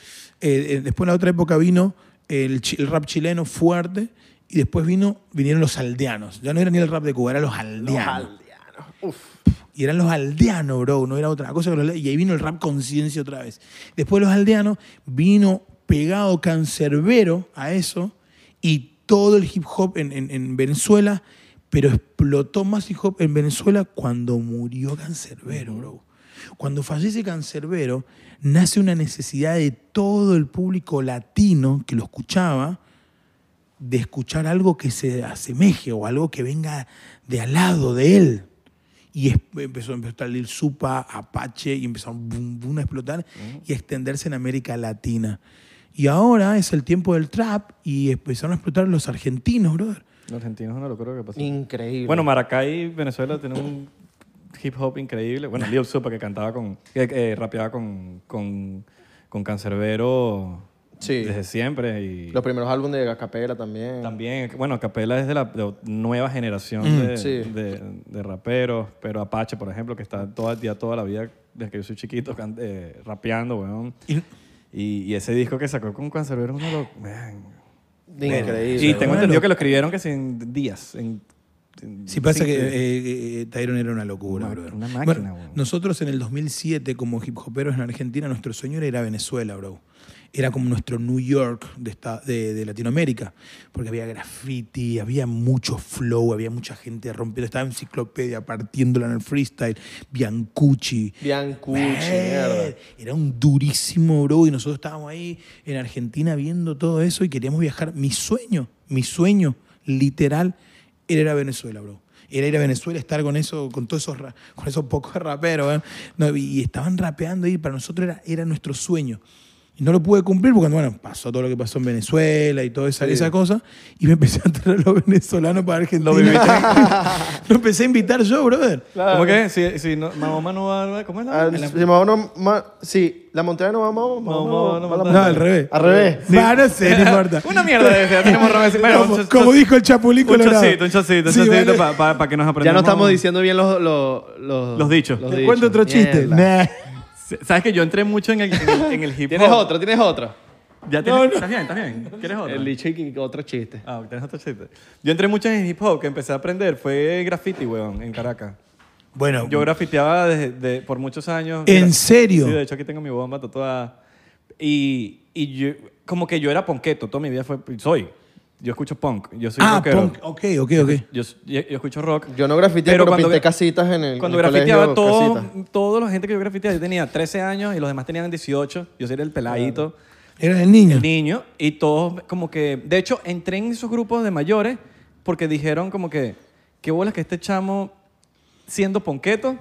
Speaker 1: eh, eh, después en la otra época vino el, chi- el rap chileno fuerte y después vino, vinieron los aldeanos. Ya no era ni el rap de Cuba, eran los aldeanos. Y eran los aldeanos, bro, no era otra cosa. que los alde- Y ahí vino el rap conciencia otra vez. Después de los aldeanos vino pegado cancerbero a eso y todo el hip hop en, en- en Venezuela, pero explotó más hip hop en Venezuela cuando murió cancerbero, bro. Cuando fallece Cancerbero, nace una necesidad de todo el público latino que lo escuchaba de escuchar algo que se asemeje o algo que venga de al lado de él. Y es- empezó, empezó a salir Supa, Apache, y empezaron boom, boom, a explotar y a extenderse en América Latina. Y ahora es el tiempo del trap y empezaron a explotar los argentinos, brother.
Speaker 2: Los argentinos no lo creo que pasó.
Speaker 3: Increíble.
Speaker 2: Bueno, Maracay, Venezuela, tiene un hip hop increíble. Bueno, Lil Supa que cantaba con. que eh, rapeaba con. con. con Cancerbero
Speaker 3: Sí.
Speaker 2: desde siempre. Y
Speaker 3: los primeros álbumes de Acapella también.
Speaker 2: también, bueno, Capela es de la de nueva generación de,
Speaker 3: Sí.
Speaker 2: de- de raperos. Pero Apache, por ejemplo, que está todo el día, toda la vida, desde que yo soy chiquito, can- eh, rapeando, weón.
Speaker 1: Y-
Speaker 2: Y, y ese disco que sacó con Cancerbero, uno lo. man.
Speaker 3: Increíble.
Speaker 2: Y tengo
Speaker 1: bueno.
Speaker 2: entendido que lo escribieron que sí en días. En, en
Speaker 1: Sí, pasa que
Speaker 2: cinco-
Speaker 1: eh, eh, Tyrone era una locura,
Speaker 2: Una-
Speaker 1: brother.
Speaker 2: una máquina,
Speaker 1: Bueno,
Speaker 2: weón.
Speaker 1: nosotros en el 2007, como hip hoperos en Argentina, nuestro sueño era ir a Venezuela, bro. Era como nuestro New York de, esta- de- de Latinoamérica, porque había graffiti, había mucho flow, había mucha gente rompiendo, estaba enciclopedia partiéndola en el freestyle, Biancucci.
Speaker 3: Biancucci,
Speaker 1: Man,
Speaker 3: mierda.
Speaker 1: Era un durísimo, bro, y nosotros estábamos ahí en Argentina viendo todo eso y queríamos viajar. Mi sueño, mi sueño literal era ir a Venezuela, bro. Era ir a Venezuela, estar con eso, con todos esos, ra- con esos pocos raperos, ¿eh? No, y y estaban rapeando y para nosotros era, era nuestro sueño. Y no lo pude cumplir porque, bueno, pasó todo lo que pasó en Venezuela y toda esa,
Speaker 3: Sí.
Speaker 1: esa cosa. Y me empecé a traer a los venezolanos para Argentina. Lo, (laughs) empecé a invitar yo, brother.
Speaker 2: ¿Cómo que? Si, si no, Mahoma no va a... ¿Cómo es la?
Speaker 3: Ah,
Speaker 2: la-
Speaker 3: si, Mahoma no- ma- si la montaña no va a Mahoma, Mahoma
Speaker 2: Mahoma
Speaker 3: no
Speaker 2: no
Speaker 3: va a
Speaker 2: montaña.
Speaker 3: la
Speaker 1: No,
Speaker 3: montaña.
Speaker 1: al revés.
Speaker 3: Al revés.
Speaker 1: Va, no sé, no importa.
Speaker 2: (laughs) Una mierda de
Speaker 1: (laughs)
Speaker 2: esa, tenemos Robert- bueno,
Speaker 1: como,
Speaker 2: un cho-
Speaker 1: como
Speaker 2: cho-
Speaker 1: dijo el Chapulín
Speaker 2: Un
Speaker 1: Colorado.
Speaker 2: chocito, un chocito, un
Speaker 1: Sí,
Speaker 2: chocito
Speaker 1: vale.
Speaker 2: para que nos aprendamos.
Speaker 3: Ya no estamos diciendo bien los, los, los,
Speaker 2: Los dichos.
Speaker 1: Te cuento otro chiste.
Speaker 3: Mierda.
Speaker 1: Nah.
Speaker 2: Sabes que yo entré mucho en el, en el- en el hip hop.
Speaker 3: Tienes otro, tienes otro.
Speaker 2: Ya tienes- ¿Estás bien? ¿Estás bien? ¿Quieres otro?
Speaker 3: El dicho y otro chiste.
Speaker 2: Ah, tienes otro chiste. Yo entré mucho en el hip hop, que empecé a aprender. Fue graffiti, weón, en Caracas.
Speaker 1: Bueno,
Speaker 2: Yo grafiteaba desde, de- por muchos años.
Speaker 1: ¿En
Speaker 2: Mira,
Speaker 1: serio?
Speaker 2: Sí, de hecho aquí tengo mi bomba tatuada. Y, y yo, como que yo era ponqueto, toda mi vida fue, soy. Yo escucho punk, yo soy
Speaker 1: ah,
Speaker 2: rockero.
Speaker 1: punk. Ok, ok, ok.
Speaker 2: Yo, yo, yo escucho rock.
Speaker 3: Yo no grafiteé, pero, pinté casitas en el
Speaker 2: Cuando
Speaker 3: en el
Speaker 2: grafiteaba,
Speaker 3: colegio,
Speaker 2: todo,
Speaker 3: casitas.
Speaker 2: toda la gente que yo grafiteaba, yo tenía 13 años y los demás tenían 18. Yo era el peladito
Speaker 1: Era el niño.
Speaker 2: niño y todos como que de hecho entré en esos grupos de mayores porque dijeron como que qué bolas que este chamo siendo ponqueto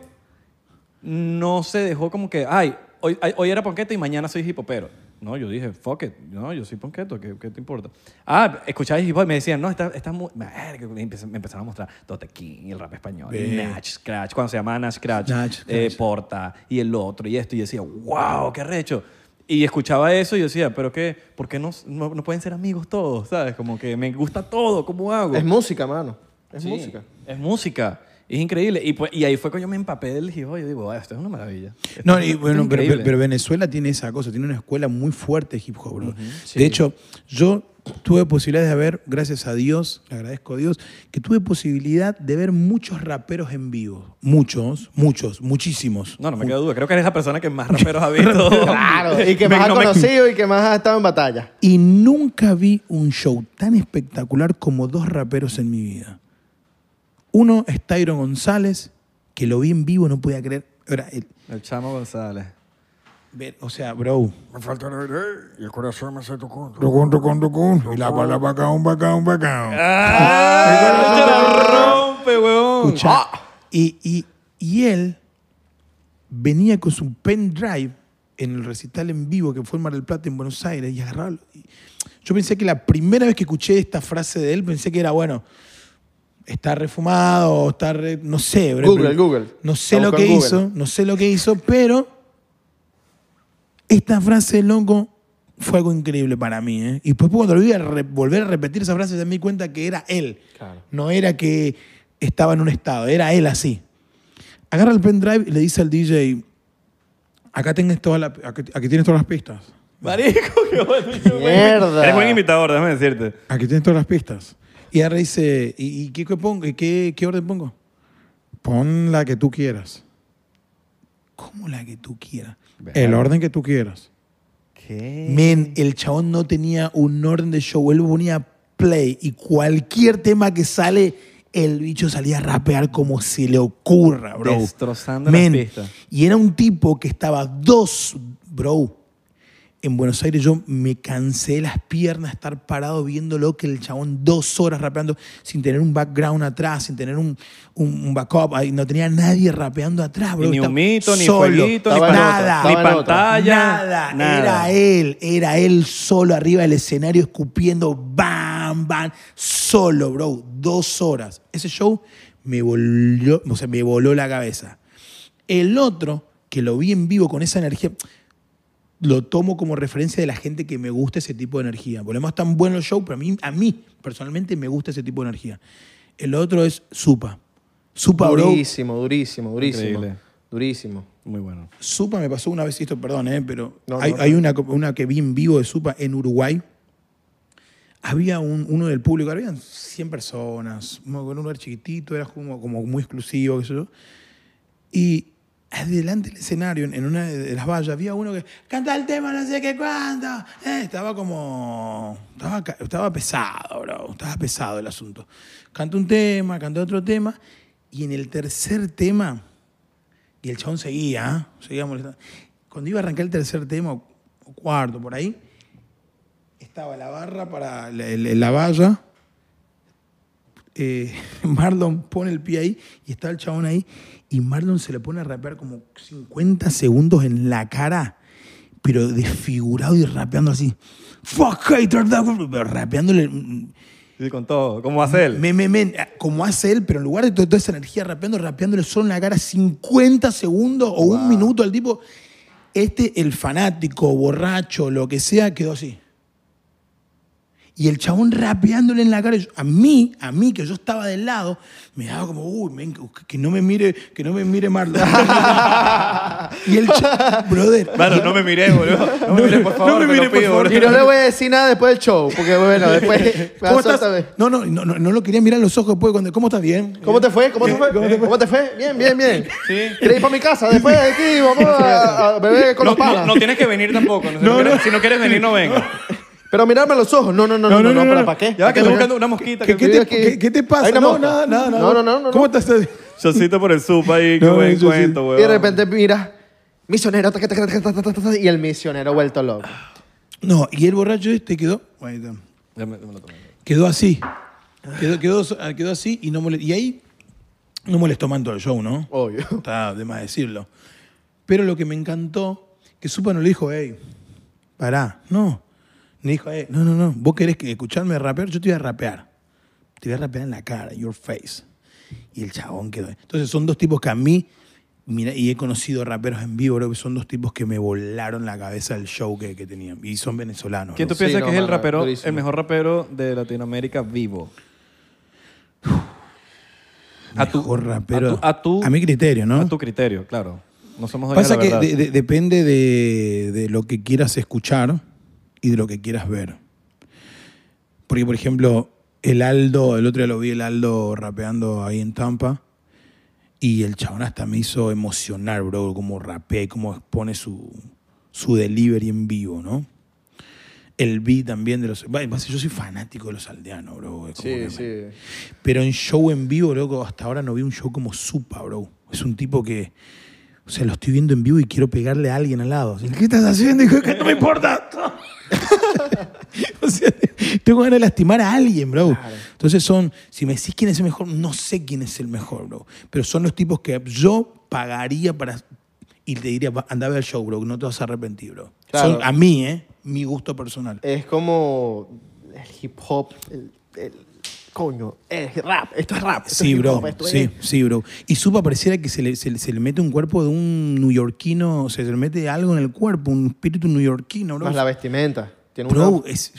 Speaker 2: no se dejó como que ay hoy, ay, hoy era ponqueto y mañana soy hipopero no yo dije fuck it no yo soy ponqueto ¿qué, qué te importa ah escucháis hip hop y me decían no estás está muy Verga, y empecé- me empezaron a mostrar Tote King el rap español
Speaker 1: Bien.
Speaker 2: Natch Scratch cuando se llamaba Natch Scratch
Speaker 1: Natch
Speaker 2: eh,
Speaker 1: Scratch.
Speaker 2: Porta y el otro y esto y decía, wow, qué recho. Y escuchaba eso y decía, pero qué, ¿por qué no, no, no pueden ser amigos todos? ¿Sabes? Como que me gusta todo, ¿cómo hago?
Speaker 3: Es música, mano. Es
Speaker 2: Sí, (laughs)
Speaker 3: música.
Speaker 2: Es música. Es increíble. Y, pues- y ahí fue cuando yo me empapé del hip hop y digo, "Ah, esto es una maravilla. Esto-
Speaker 1: No,
Speaker 2: esto
Speaker 1: y
Speaker 2: es
Speaker 1: bueno, pero,
Speaker 2: increíble.
Speaker 1: pero- pero Venezuela tiene esa cosa, tiene una escuela muy fuerte de hip hop, bro. De hecho, yo tuve posibilidad de ver, gracias a Dios, le agradezco a Dios, que tuve posibilidad de ver muchos raperos en vivo. Muchos, muchos, muchísimos.
Speaker 2: No, no me queda duda. Creo que eres la persona que más raperos ha
Speaker 3: (laughs)
Speaker 2: visto.
Speaker 3: Claro. Y que
Speaker 2: Me-
Speaker 3: más ha
Speaker 2: no me-
Speaker 3: conocido y que más ha estado en batalla.
Speaker 1: Y nunca vi un show tan espectacular como dos raperos en mi vida. Uno es Tyron González, que lo vi en vivo, no podía creer. Era el-
Speaker 2: (laughs) El chamo González.
Speaker 1: ver- o sea, bro.
Speaker 4: Me falta el aire y el corazón me hace tocón.
Speaker 1: Rucun, rucun, rucun. Y la bala bacán, bacán, bacán.
Speaker 2: ¡Ah! ¡Te la rompe, huevón!
Speaker 1: Escucha,
Speaker 3: Ah.
Speaker 1: Y, y- y él venía con su pendrive en el recital en vivo que fue en Mar del Plata, en Buenos Aires, y agarraba. y- yo pensé que la primera vez que escuché esta frase de él, pensé que era, bueno, está refumado, o está re- no sé. bro,
Speaker 3: Google,
Speaker 1: pero-
Speaker 3: Google.
Speaker 1: No sé
Speaker 3: La
Speaker 1: lo
Speaker 3: busco en
Speaker 1: que
Speaker 3: Google.
Speaker 1: hizo, no sé lo que hizo, pero esta frase, loco, fue algo increíble para mí. ¿eh? Y después cuando lo vi a re- volver a repetir esa frase, ya me di cuenta que era él.
Speaker 3: Claro.
Speaker 1: No era que estaba en un estado, era él así. Agarra el pendrive y le dice al DJ, acá tienes, toda la, aquí, aquí tienes todas las pistas.
Speaker 2: Marico, qué bueno. (laughs)
Speaker 3: Mierda.
Speaker 2: Eres buen invitador, déjame decirte.
Speaker 1: Aquí tienes todas las pistas. Y ahora dice, ¿y, y qué, qué pongo? ¿Y qué, qué orden pongo? Pon la que tú quieras. ¿Cómo la que tú quieras? El orden que tú quieras.
Speaker 2: ¿Qué?
Speaker 1: Men, el chabón no tenía un orden de show. Él ponía play y cualquier tema que sale, el bicho salía a rapear como se le ocurra, bro.
Speaker 2: Destrozando las
Speaker 1: Men,
Speaker 2: pistas.
Speaker 1: Y era un tipo que estaba dos, bro. en Buenos Aires yo me cansé de las piernas estar parado viéndolo que el chabón dos horas rapeando sin tener un background atrás, sin tener un, un- un backup, ahí no tenía nadie rapeando atrás, bro.
Speaker 2: ni
Speaker 1: Estaba
Speaker 2: un mito, ni
Speaker 1: solo,
Speaker 2: fueguito, ni,
Speaker 3: Estaba en otra,
Speaker 2: pantalla,
Speaker 1: nada,
Speaker 2: ni
Speaker 3: estaba en otra.
Speaker 2: pantalla.
Speaker 1: nada,
Speaker 2: nada.
Speaker 1: era él, era él solo arriba del escenario escupiendo bam, bam, solo, bro, dos horas. Ese show me voló, o sea, me voló la cabeza. El otro, que lo vi en vivo con esa energía, lo tomo como referencia de la gente que me gusta ese tipo de energía. Por lo demás, tan bueno el show, pero a mí, a mí personalmente me gusta ese tipo de energía. El otro es Supa. Supa, bro.
Speaker 3: Durísimo, durísimo, durísimo.
Speaker 2: Increíble. (laughs)
Speaker 3: Durísimo.
Speaker 2: Muy bueno.
Speaker 1: Supa me pasó una vez, esto perdón, eh, pero
Speaker 3: No, no,
Speaker 1: hay,
Speaker 3: no.
Speaker 1: hay una, co- una que vi en vivo de Supa en Uruguay. Había un- uno del público, habían 100 personas, un un lugar chiquitito, era como, como muy exclusivo, qué sé yo. Y adelante del escenario, en en una de de las vallas, había uno que canta el tema, no sé qué cuánto. Eh, estaba como. Estaba, ca- estaba pesado, bro. Estaba pesado el asunto. Canta un tema, canta otro tema. Y en el tercer tema, y el chabón seguía, ¿eh? seguía molestando. Cuando iba a arrancar el tercer tema, o o cuarto, por ahí, estaba la barra para la, la- la valla. Eh, (laughs) Marlon pone el pie ahí y estaba el chabón ahí. Y Marlon se le pone a rapear como 50 segundos en la cara, pero desfigurado y rapeando así. Fuck hater, da-", pero rapeándole. mm,
Speaker 2: Y con todo. ¿Cómo hace él?
Speaker 1: me, me, me, como hace él, pero en lugar de to- toda esa energía rapeando, rapeándole solo en la cara 50 segundos o un minuto al tipo, este, el fanático, borracho, lo que sea, quedó así. Y el chabón rapeándole en la cara, y yo- a mí, a mí, que yo estaba del lado, me daba como, uy, men, que- que no me mire, que no me mire
Speaker 3: (laughs)
Speaker 1: Marlon. y el chabón, brother.
Speaker 2: Claro, no me miré, boludo. No me miré, por
Speaker 1: me
Speaker 2: favor. te
Speaker 1: miré,
Speaker 2: lo
Speaker 1: por
Speaker 2: pido,
Speaker 1: favor.
Speaker 2: boludo.
Speaker 3: Y no le voy a decir nada después del show, porque
Speaker 2: (laughs)
Speaker 3: bueno, después.
Speaker 1: ¿Cómo
Speaker 3: Otra
Speaker 1: estás?
Speaker 3: vez.
Speaker 1: No, no, no, no, no lo quería mirar a los ojos después cuando, ¿cómo estás? Bien.
Speaker 3: ¿Cómo te fue? ¿Cómo te fue? ¿Cómo te fue? Bien, bien,
Speaker 2: (laughs)
Speaker 3: bien. Sí. ¿Querés ir para mi casa? Después de aquí vamos a, a beber con
Speaker 2: No,
Speaker 3: los panas.
Speaker 2: no, no tienes que venir tampoco. No, si,
Speaker 1: No,
Speaker 2: no quieres,
Speaker 1: no.
Speaker 2: si no quieres venir, no vengas.
Speaker 3: Pero mirarme a los ojos. No, no, no, no, no, no, ¿para qué?
Speaker 2: Ya va que
Speaker 3: ¿Para
Speaker 2: estoy
Speaker 3: qué?
Speaker 2: buscando una mosquita.
Speaker 1: ¿Qué,
Speaker 2: que
Speaker 1: qué
Speaker 3: Yo
Speaker 1: te,
Speaker 3: digo que-
Speaker 1: qué- qué te pasa?
Speaker 3: Hay una
Speaker 1: no,
Speaker 3: mosca.
Speaker 1: nada, nada, nada.
Speaker 3: No, no, no, no,
Speaker 1: ¿Cómo
Speaker 3: no.
Speaker 1: estás?
Speaker 2: Chocito por el supa ahí, qué
Speaker 1: No,
Speaker 2: buen
Speaker 1: eso sí.
Speaker 2: cuento,
Speaker 3: Y de
Speaker 2: weón.
Speaker 3: repente mira, misionero, taca, taca, taca, taca, taca, taca, y el misionero vuelto loco.
Speaker 1: Ah, No, y el borracho este quedó, ahí está.
Speaker 2: Ya me- me lo tomé.
Speaker 1: quedó así. Quedó, quedó, quedó así y no molestó. Y ahí no molestó tanto el show, ¿no?
Speaker 3: Obvio.
Speaker 1: (laughs) Está de más decirlo. Pero lo que me encantó, que Supa no le dijo, hey, pará, no. Ni dijo, hey, no, no, no, vos querés que escucharme rapear, yo te voy a rapear. Te voy a rapear en la cara, your face. Y el chabón quedó. Entonces son dos tipos que a mí, mira, y he conocido raperos en vivo, creo que son dos tipos que me volaron la cabeza del show que, que tenían. Y son venezolanos.
Speaker 2: ¿Quién
Speaker 1: ¿no?
Speaker 2: tú piensas
Speaker 3: no,
Speaker 2: que es el
Speaker 3: mano,
Speaker 2: rapero,
Speaker 3: durísimo.
Speaker 2: el mejor rapero de Latinoamérica vivo?
Speaker 1: Mejor rapero.
Speaker 2: a tu- a tu-
Speaker 1: mi criterio, ¿no?
Speaker 2: A tu criterio, claro. No somos dueños de
Speaker 1: Pasa
Speaker 2: la
Speaker 1: que
Speaker 2: verdad.
Speaker 1: de- de- depende de, de lo que quieras escuchar y de lo que quieras ver. Porque, por ejemplo, el Aldo, el otro día lo vi el Aldo rapeando ahí en Tampa y el chabón hasta me hizo emocionar, bro, como rapea y cómo expone su, su delivery en vivo, ¿no? El beat también de los... Bueno, Yo soy fanático de los aldeanos, bro. es como que me- pero en show en vivo, loco, hasta ahora no vi un show como Supa, bro. Es un tipo que. O sea, lo estoy viendo en vivo y quiero pegarle a alguien al lado. Así, ¿Qué estás haciendo? Hijo? que no me importa. (laughs) o sea, tengo ganas de lastimar a alguien, bro. Entonces son, si me decís quién es el mejor, no sé quién es el mejor, bro. Pero son los tipos que yo pagaría para... Y te diría, "Va, anda a ver el show, bro, no te vas a arrepentir, bro.
Speaker 3: Claro.
Speaker 1: Son a mí, ¿eh? Mi gusto personal.
Speaker 3: Es como el hip hop, el, el- coño, es rap, esto es rap. esto
Speaker 1: Sí,
Speaker 3: es hip
Speaker 1: bro.
Speaker 3: hop, esto
Speaker 1: Sí,
Speaker 3: es-
Speaker 1: sí, bro. Y supa pareciera que se le, se, le- se le mete un cuerpo de un neoyorquino, o sea, se le mete algo en el cuerpo, un espíritu neoyorquino, bro.
Speaker 3: Más la vestimenta. Tiene un
Speaker 1: Bro, eh,
Speaker 3: rap.
Speaker 1: es,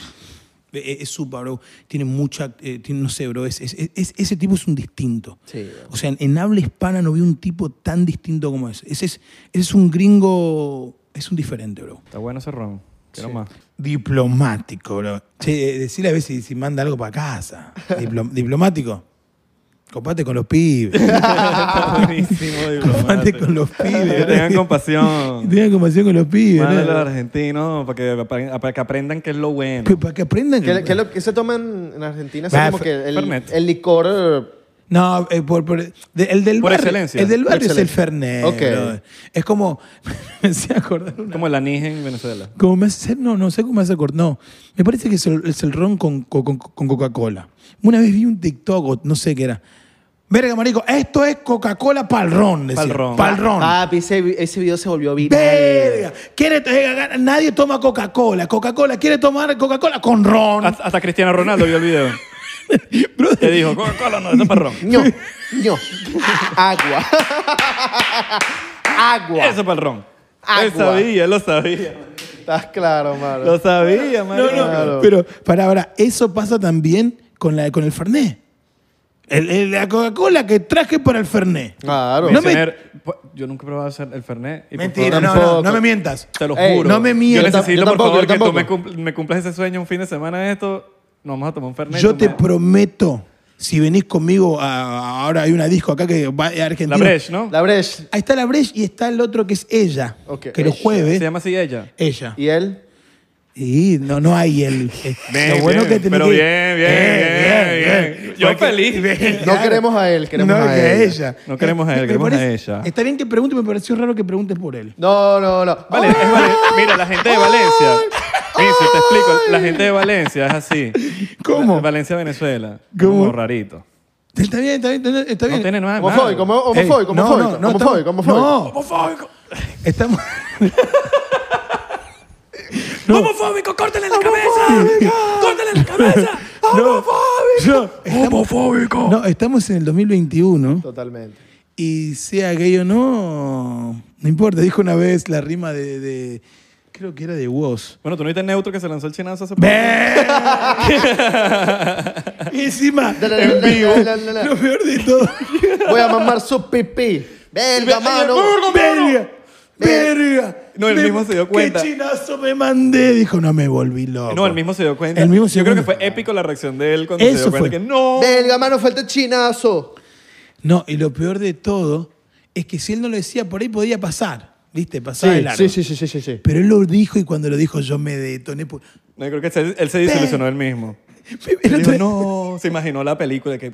Speaker 1: e-, es, es supa, bro. Tiene mucha, eh, tiene, no sé, bro. Es, es- es- ese tipo es un distinto.
Speaker 3: Sí, bro.
Speaker 1: O sea, en, en habla hispana no vi un tipo tan distinto como ese. Ese es, ese es un gringo, es un diferente, bro.
Speaker 2: Está bueno ese ron. Quiero más.
Speaker 1: Diplomático, bro. Che, eh, decile a ver si, si manda algo para
Speaker 2: (laughs)
Speaker 1: casa. Diplo- diplomático. Copate con los
Speaker 2: (laughs)
Speaker 1: pibes. (laughs)
Speaker 2: Está buenísimo,
Speaker 1: Compate
Speaker 2: diplomático.
Speaker 1: Ah, con los pibes. bro. (laughs)
Speaker 2: Tengan compasión.
Speaker 1: Tengan compasión con los pibes.
Speaker 2: Mándale a los
Speaker 1: ¿no?
Speaker 2: argentinos para que, apre- para que aprendan qué es lo bueno.
Speaker 1: Que- Para que aprendan.
Speaker 3: ¿Qué, qué es lo que se toman en Argentina? Así
Speaker 1: Ah,
Speaker 3: como
Speaker 1: eh. Fer-
Speaker 3: que el,
Speaker 2: Fernet.
Speaker 3: el licor. eh,
Speaker 1: No, eh, por, por- de- el del
Speaker 2: Por
Speaker 1: barrio.
Speaker 2: excelencia.
Speaker 1: El del
Speaker 3: Por
Speaker 1: barrio es el
Speaker 3: excelencia.
Speaker 1: Fernet.
Speaker 3: Ok.
Speaker 1: brother. Es como. (laughs) me hacía acordar una.
Speaker 2: Como el anís en Venezuela.
Speaker 1: Como me hace- no, no sé cómo me hace acordar. No, me parece que es el, es el ron con, co- con- con Coca-Cola. Una vez vi un TikTok, o no sé qué era. Verga, marico, esto es Coca-Cola pal ron. decía.
Speaker 2: Pal ron. Ah,
Speaker 1: Pal ron.
Speaker 3: Papi, ese, vi- ese video se volvió viral.
Speaker 1: Verga. Quiere to- eh, nadie toma Coca-Cola. Coca-Cola quiere tomar Coca-Cola con ron.
Speaker 2: Hasta, hasta Cristiano Ronaldo vio el video.
Speaker 1: (laughs) Brother,
Speaker 2: Te dijo, Coca-Cola no, eso es para ron.
Speaker 3: ño, ño.
Speaker 1: (laughs)
Speaker 3: Agua. Agua.
Speaker 2: Eso es para el ron. Él
Speaker 3: Agua.
Speaker 2: sabía, lo sabía.
Speaker 3: Estás claro, mano.
Speaker 2: Lo sabía, man.
Speaker 1: No, no,
Speaker 3: Claro.
Speaker 1: pero para ahora, eso pasa también con, la, con el Fernet. El- el- la Coca-Cola que traje para el Fernet.
Speaker 3: Claro.
Speaker 1: No me-
Speaker 2: Yo nunca he probado hacer el Fernet. y por
Speaker 1: Mentira,
Speaker 2: favor,
Speaker 1: no, no, no
Speaker 3: tampoco.
Speaker 1: me mientas.
Speaker 2: Te lo
Speaker 3: Ey,
Speaker 2: juro.
Speaker 1: no me
Speaker 2: Yo
Speaker 1: mientas.
Speaker 2: necesito,
Speaker 3: Yo tampoco,
Speaker 2: por favor,
Speaker 3: yo
Speaker 2: que tú me,
Speaker 3: tampoco.
Speaker 2: cumpl- me cumplas ese sueño un fin de semana esto. Nos vamos a tomar un Fernet.
Speaker 1: Yo
Speaker 2: tú
Speaker 1: te
Speaker 2: me-
Speaker 1: prometo, si venís conmigo, a- ahora hay una disco acá que va a Argentina.
Speaker 2: La Bresh, ¿no?
Speaker 3: La Bresh.
Speaker 1: Ahí está la Bresh y está el otro que es ella.
Speaker 3: Ok,
Speaker 1: que los
Speaker 3: ella.
Speaker 2: Se
Speaker 1: jueves.
Speaker 2: llama así ella.
Speaker 1: Ella.
Speaker 3: ¿Y él?
Speaker 1: Y no, no hay
Speaker 2: (laughs)
Speaker 1: el. eh,
Speaker 2: Bien,
Speaker 1: lo bueno
Speaker 2: bien,
Speaker 1: que tenés
Speaker 2: pero
Speaker 1: que- Eh,
Speaker 2: bien, bien, bien, bien. Yo feliz.
Speaker 1: bien,
Speaker 3: No queremos a él, queremos
Speaker 1: No,
Speaker 3: a
Speaker 1: que
Speaker 3: ella.
Speaker 2: No queremos a él,
Speaker 1: Me
Speaker 2: queremos a
Speaker 1: parece-
Speaker 2: ella.
Speaker 1: Está bien que pregunte, me pareció raro que preguntes por él.
Speaker 3: No, no, no.
Speaker 2: Vale, es Vale- Mira, la gente de Valencia. Vinci, te explico. La gente de Valencia es así.
Speaker 1: ¿Cómo?
Speaker 2: La- Valencia, Venezuela.
Speaker 1: ¿Cómo?
Speaker 2: Como rarito.
Speaker 1: Está bien, está bien, está bien, está
Speaker 2: No
Speaker 1: bien.
Speaker 2: tiene nada de malo.
Speaker 3: Homofóbico, homo- homofóbico,
Speaker 1: Ey, no,
Speaker 3: homofóbico,
Speaker 1: no, no,
Speaker 3: homofóbico,
Speaker 1: estamos-
Speaker 3: homofóbico.
Speaker 1: no.
Speaker 2: Homofóbico. (laughs)
Speaker 1: Estamos.
Speaker 2: Homofóbico, córtale la cabeza. Córtale la cabeza.
Speaker 1: No, estamos,
Speaker 2: Homofóbico.
Speaker 1: no, estamos en el 2021
Speaker 3: Totalmente.
Speaker 1: y sea gay o no, no importa. Dijo una vez la rima de. de- creo que era de
Speaker 2: (laughs)
Speaker 1: Woz.
Speaker 2: Bueno, tú no viste neutro que se lanzó el chinazo hace poco.
Speaker 1: ¡Ven! Y Encima,
Speaker 3: En vivo.
Speaker 1: lo peor de
Speaker 3: (laughs)
Speaker 1: todo.
Speaker 3: Voy a mamar su pipí. Verga, mano. Eh.
Speaker 1: ¡Verga! ¡Verga!
Speaker 2: No, el
Speaker 1: Me-
Speaker 2: mismo se dio cuenta.
Speaker 1: ¡Qué chinazo me mandé! Dijo, no me volví loco.
Speaker 2: No, el mismo se dio cuenta.
Speaker 1: El mismo se
Speaker 2: Yo
Speaker 1: dio
Speaker 2: creo que fue
Speaker 1: cuenta.
Speaker 2: épico la reacción de él cuando se
Speaker 1: Eso
Speaker 2: dio cuenta
Speaker 1: fue.
Speaker 2: que no.
Speaker 3: Verga, mano, falta el chinazo.
Speaker 1: No, y lo peor de todo es que si él no lo decía, por ahí podía pasar. ¿Viste? Pasaba el largo.
Speaker 3: sí, sí, sí, sí, sí, sí.
Speaker 1: Pero él lo dijo y cuando lo dijo yo me detoné. pues, Por...
Speaker 2: No, yo creo que se- él se desilusionó él mismo.
Speaker 1: El
Speaker 2: Él
Speaker 1: otro-
Speaker 2: dijo, no, se imaginó la película que...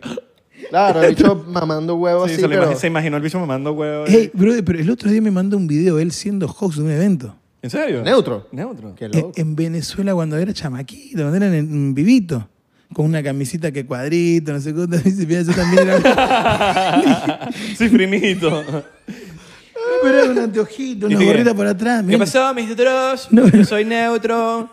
Speaker 3: Claro, el bicho mamando huevos
Speaker 2: Sí,
Speaker 3: así,
Speaker 2: se, lo
Speaker 3: pero...
Speaker 2: imagi- se imaginó el bicho mamando huevos.
Speaker 1: Ey, brother, pero el otro día me mandó un video él siendo host de un evento.
Speaker 2: ¿En serio?
Speaker 3: Neutro.
Speaker 2: Neutro.
Speaker 3: Qué
Speaker 1: En,
Speaker 3: loco.
Speaker 1: en Venezuela cuando era chamaquito, cuando era en, en vivito. Con una camisita que cuadrito, no sé cómo. (laughs) Yo también era...
Speaker 2: Sí, primito.
Speaker 1: (laughs) pero era un anteojito, una
Speaker 2: ¿Y qué?
Speaker 1: gorrita para atrás.
Speaker 2: ¿Qué
Speaker 1: mira.
Speaker 2: pasó, mis otros?
Speaker 1: No.
Speaker 2: Yo soy neutro.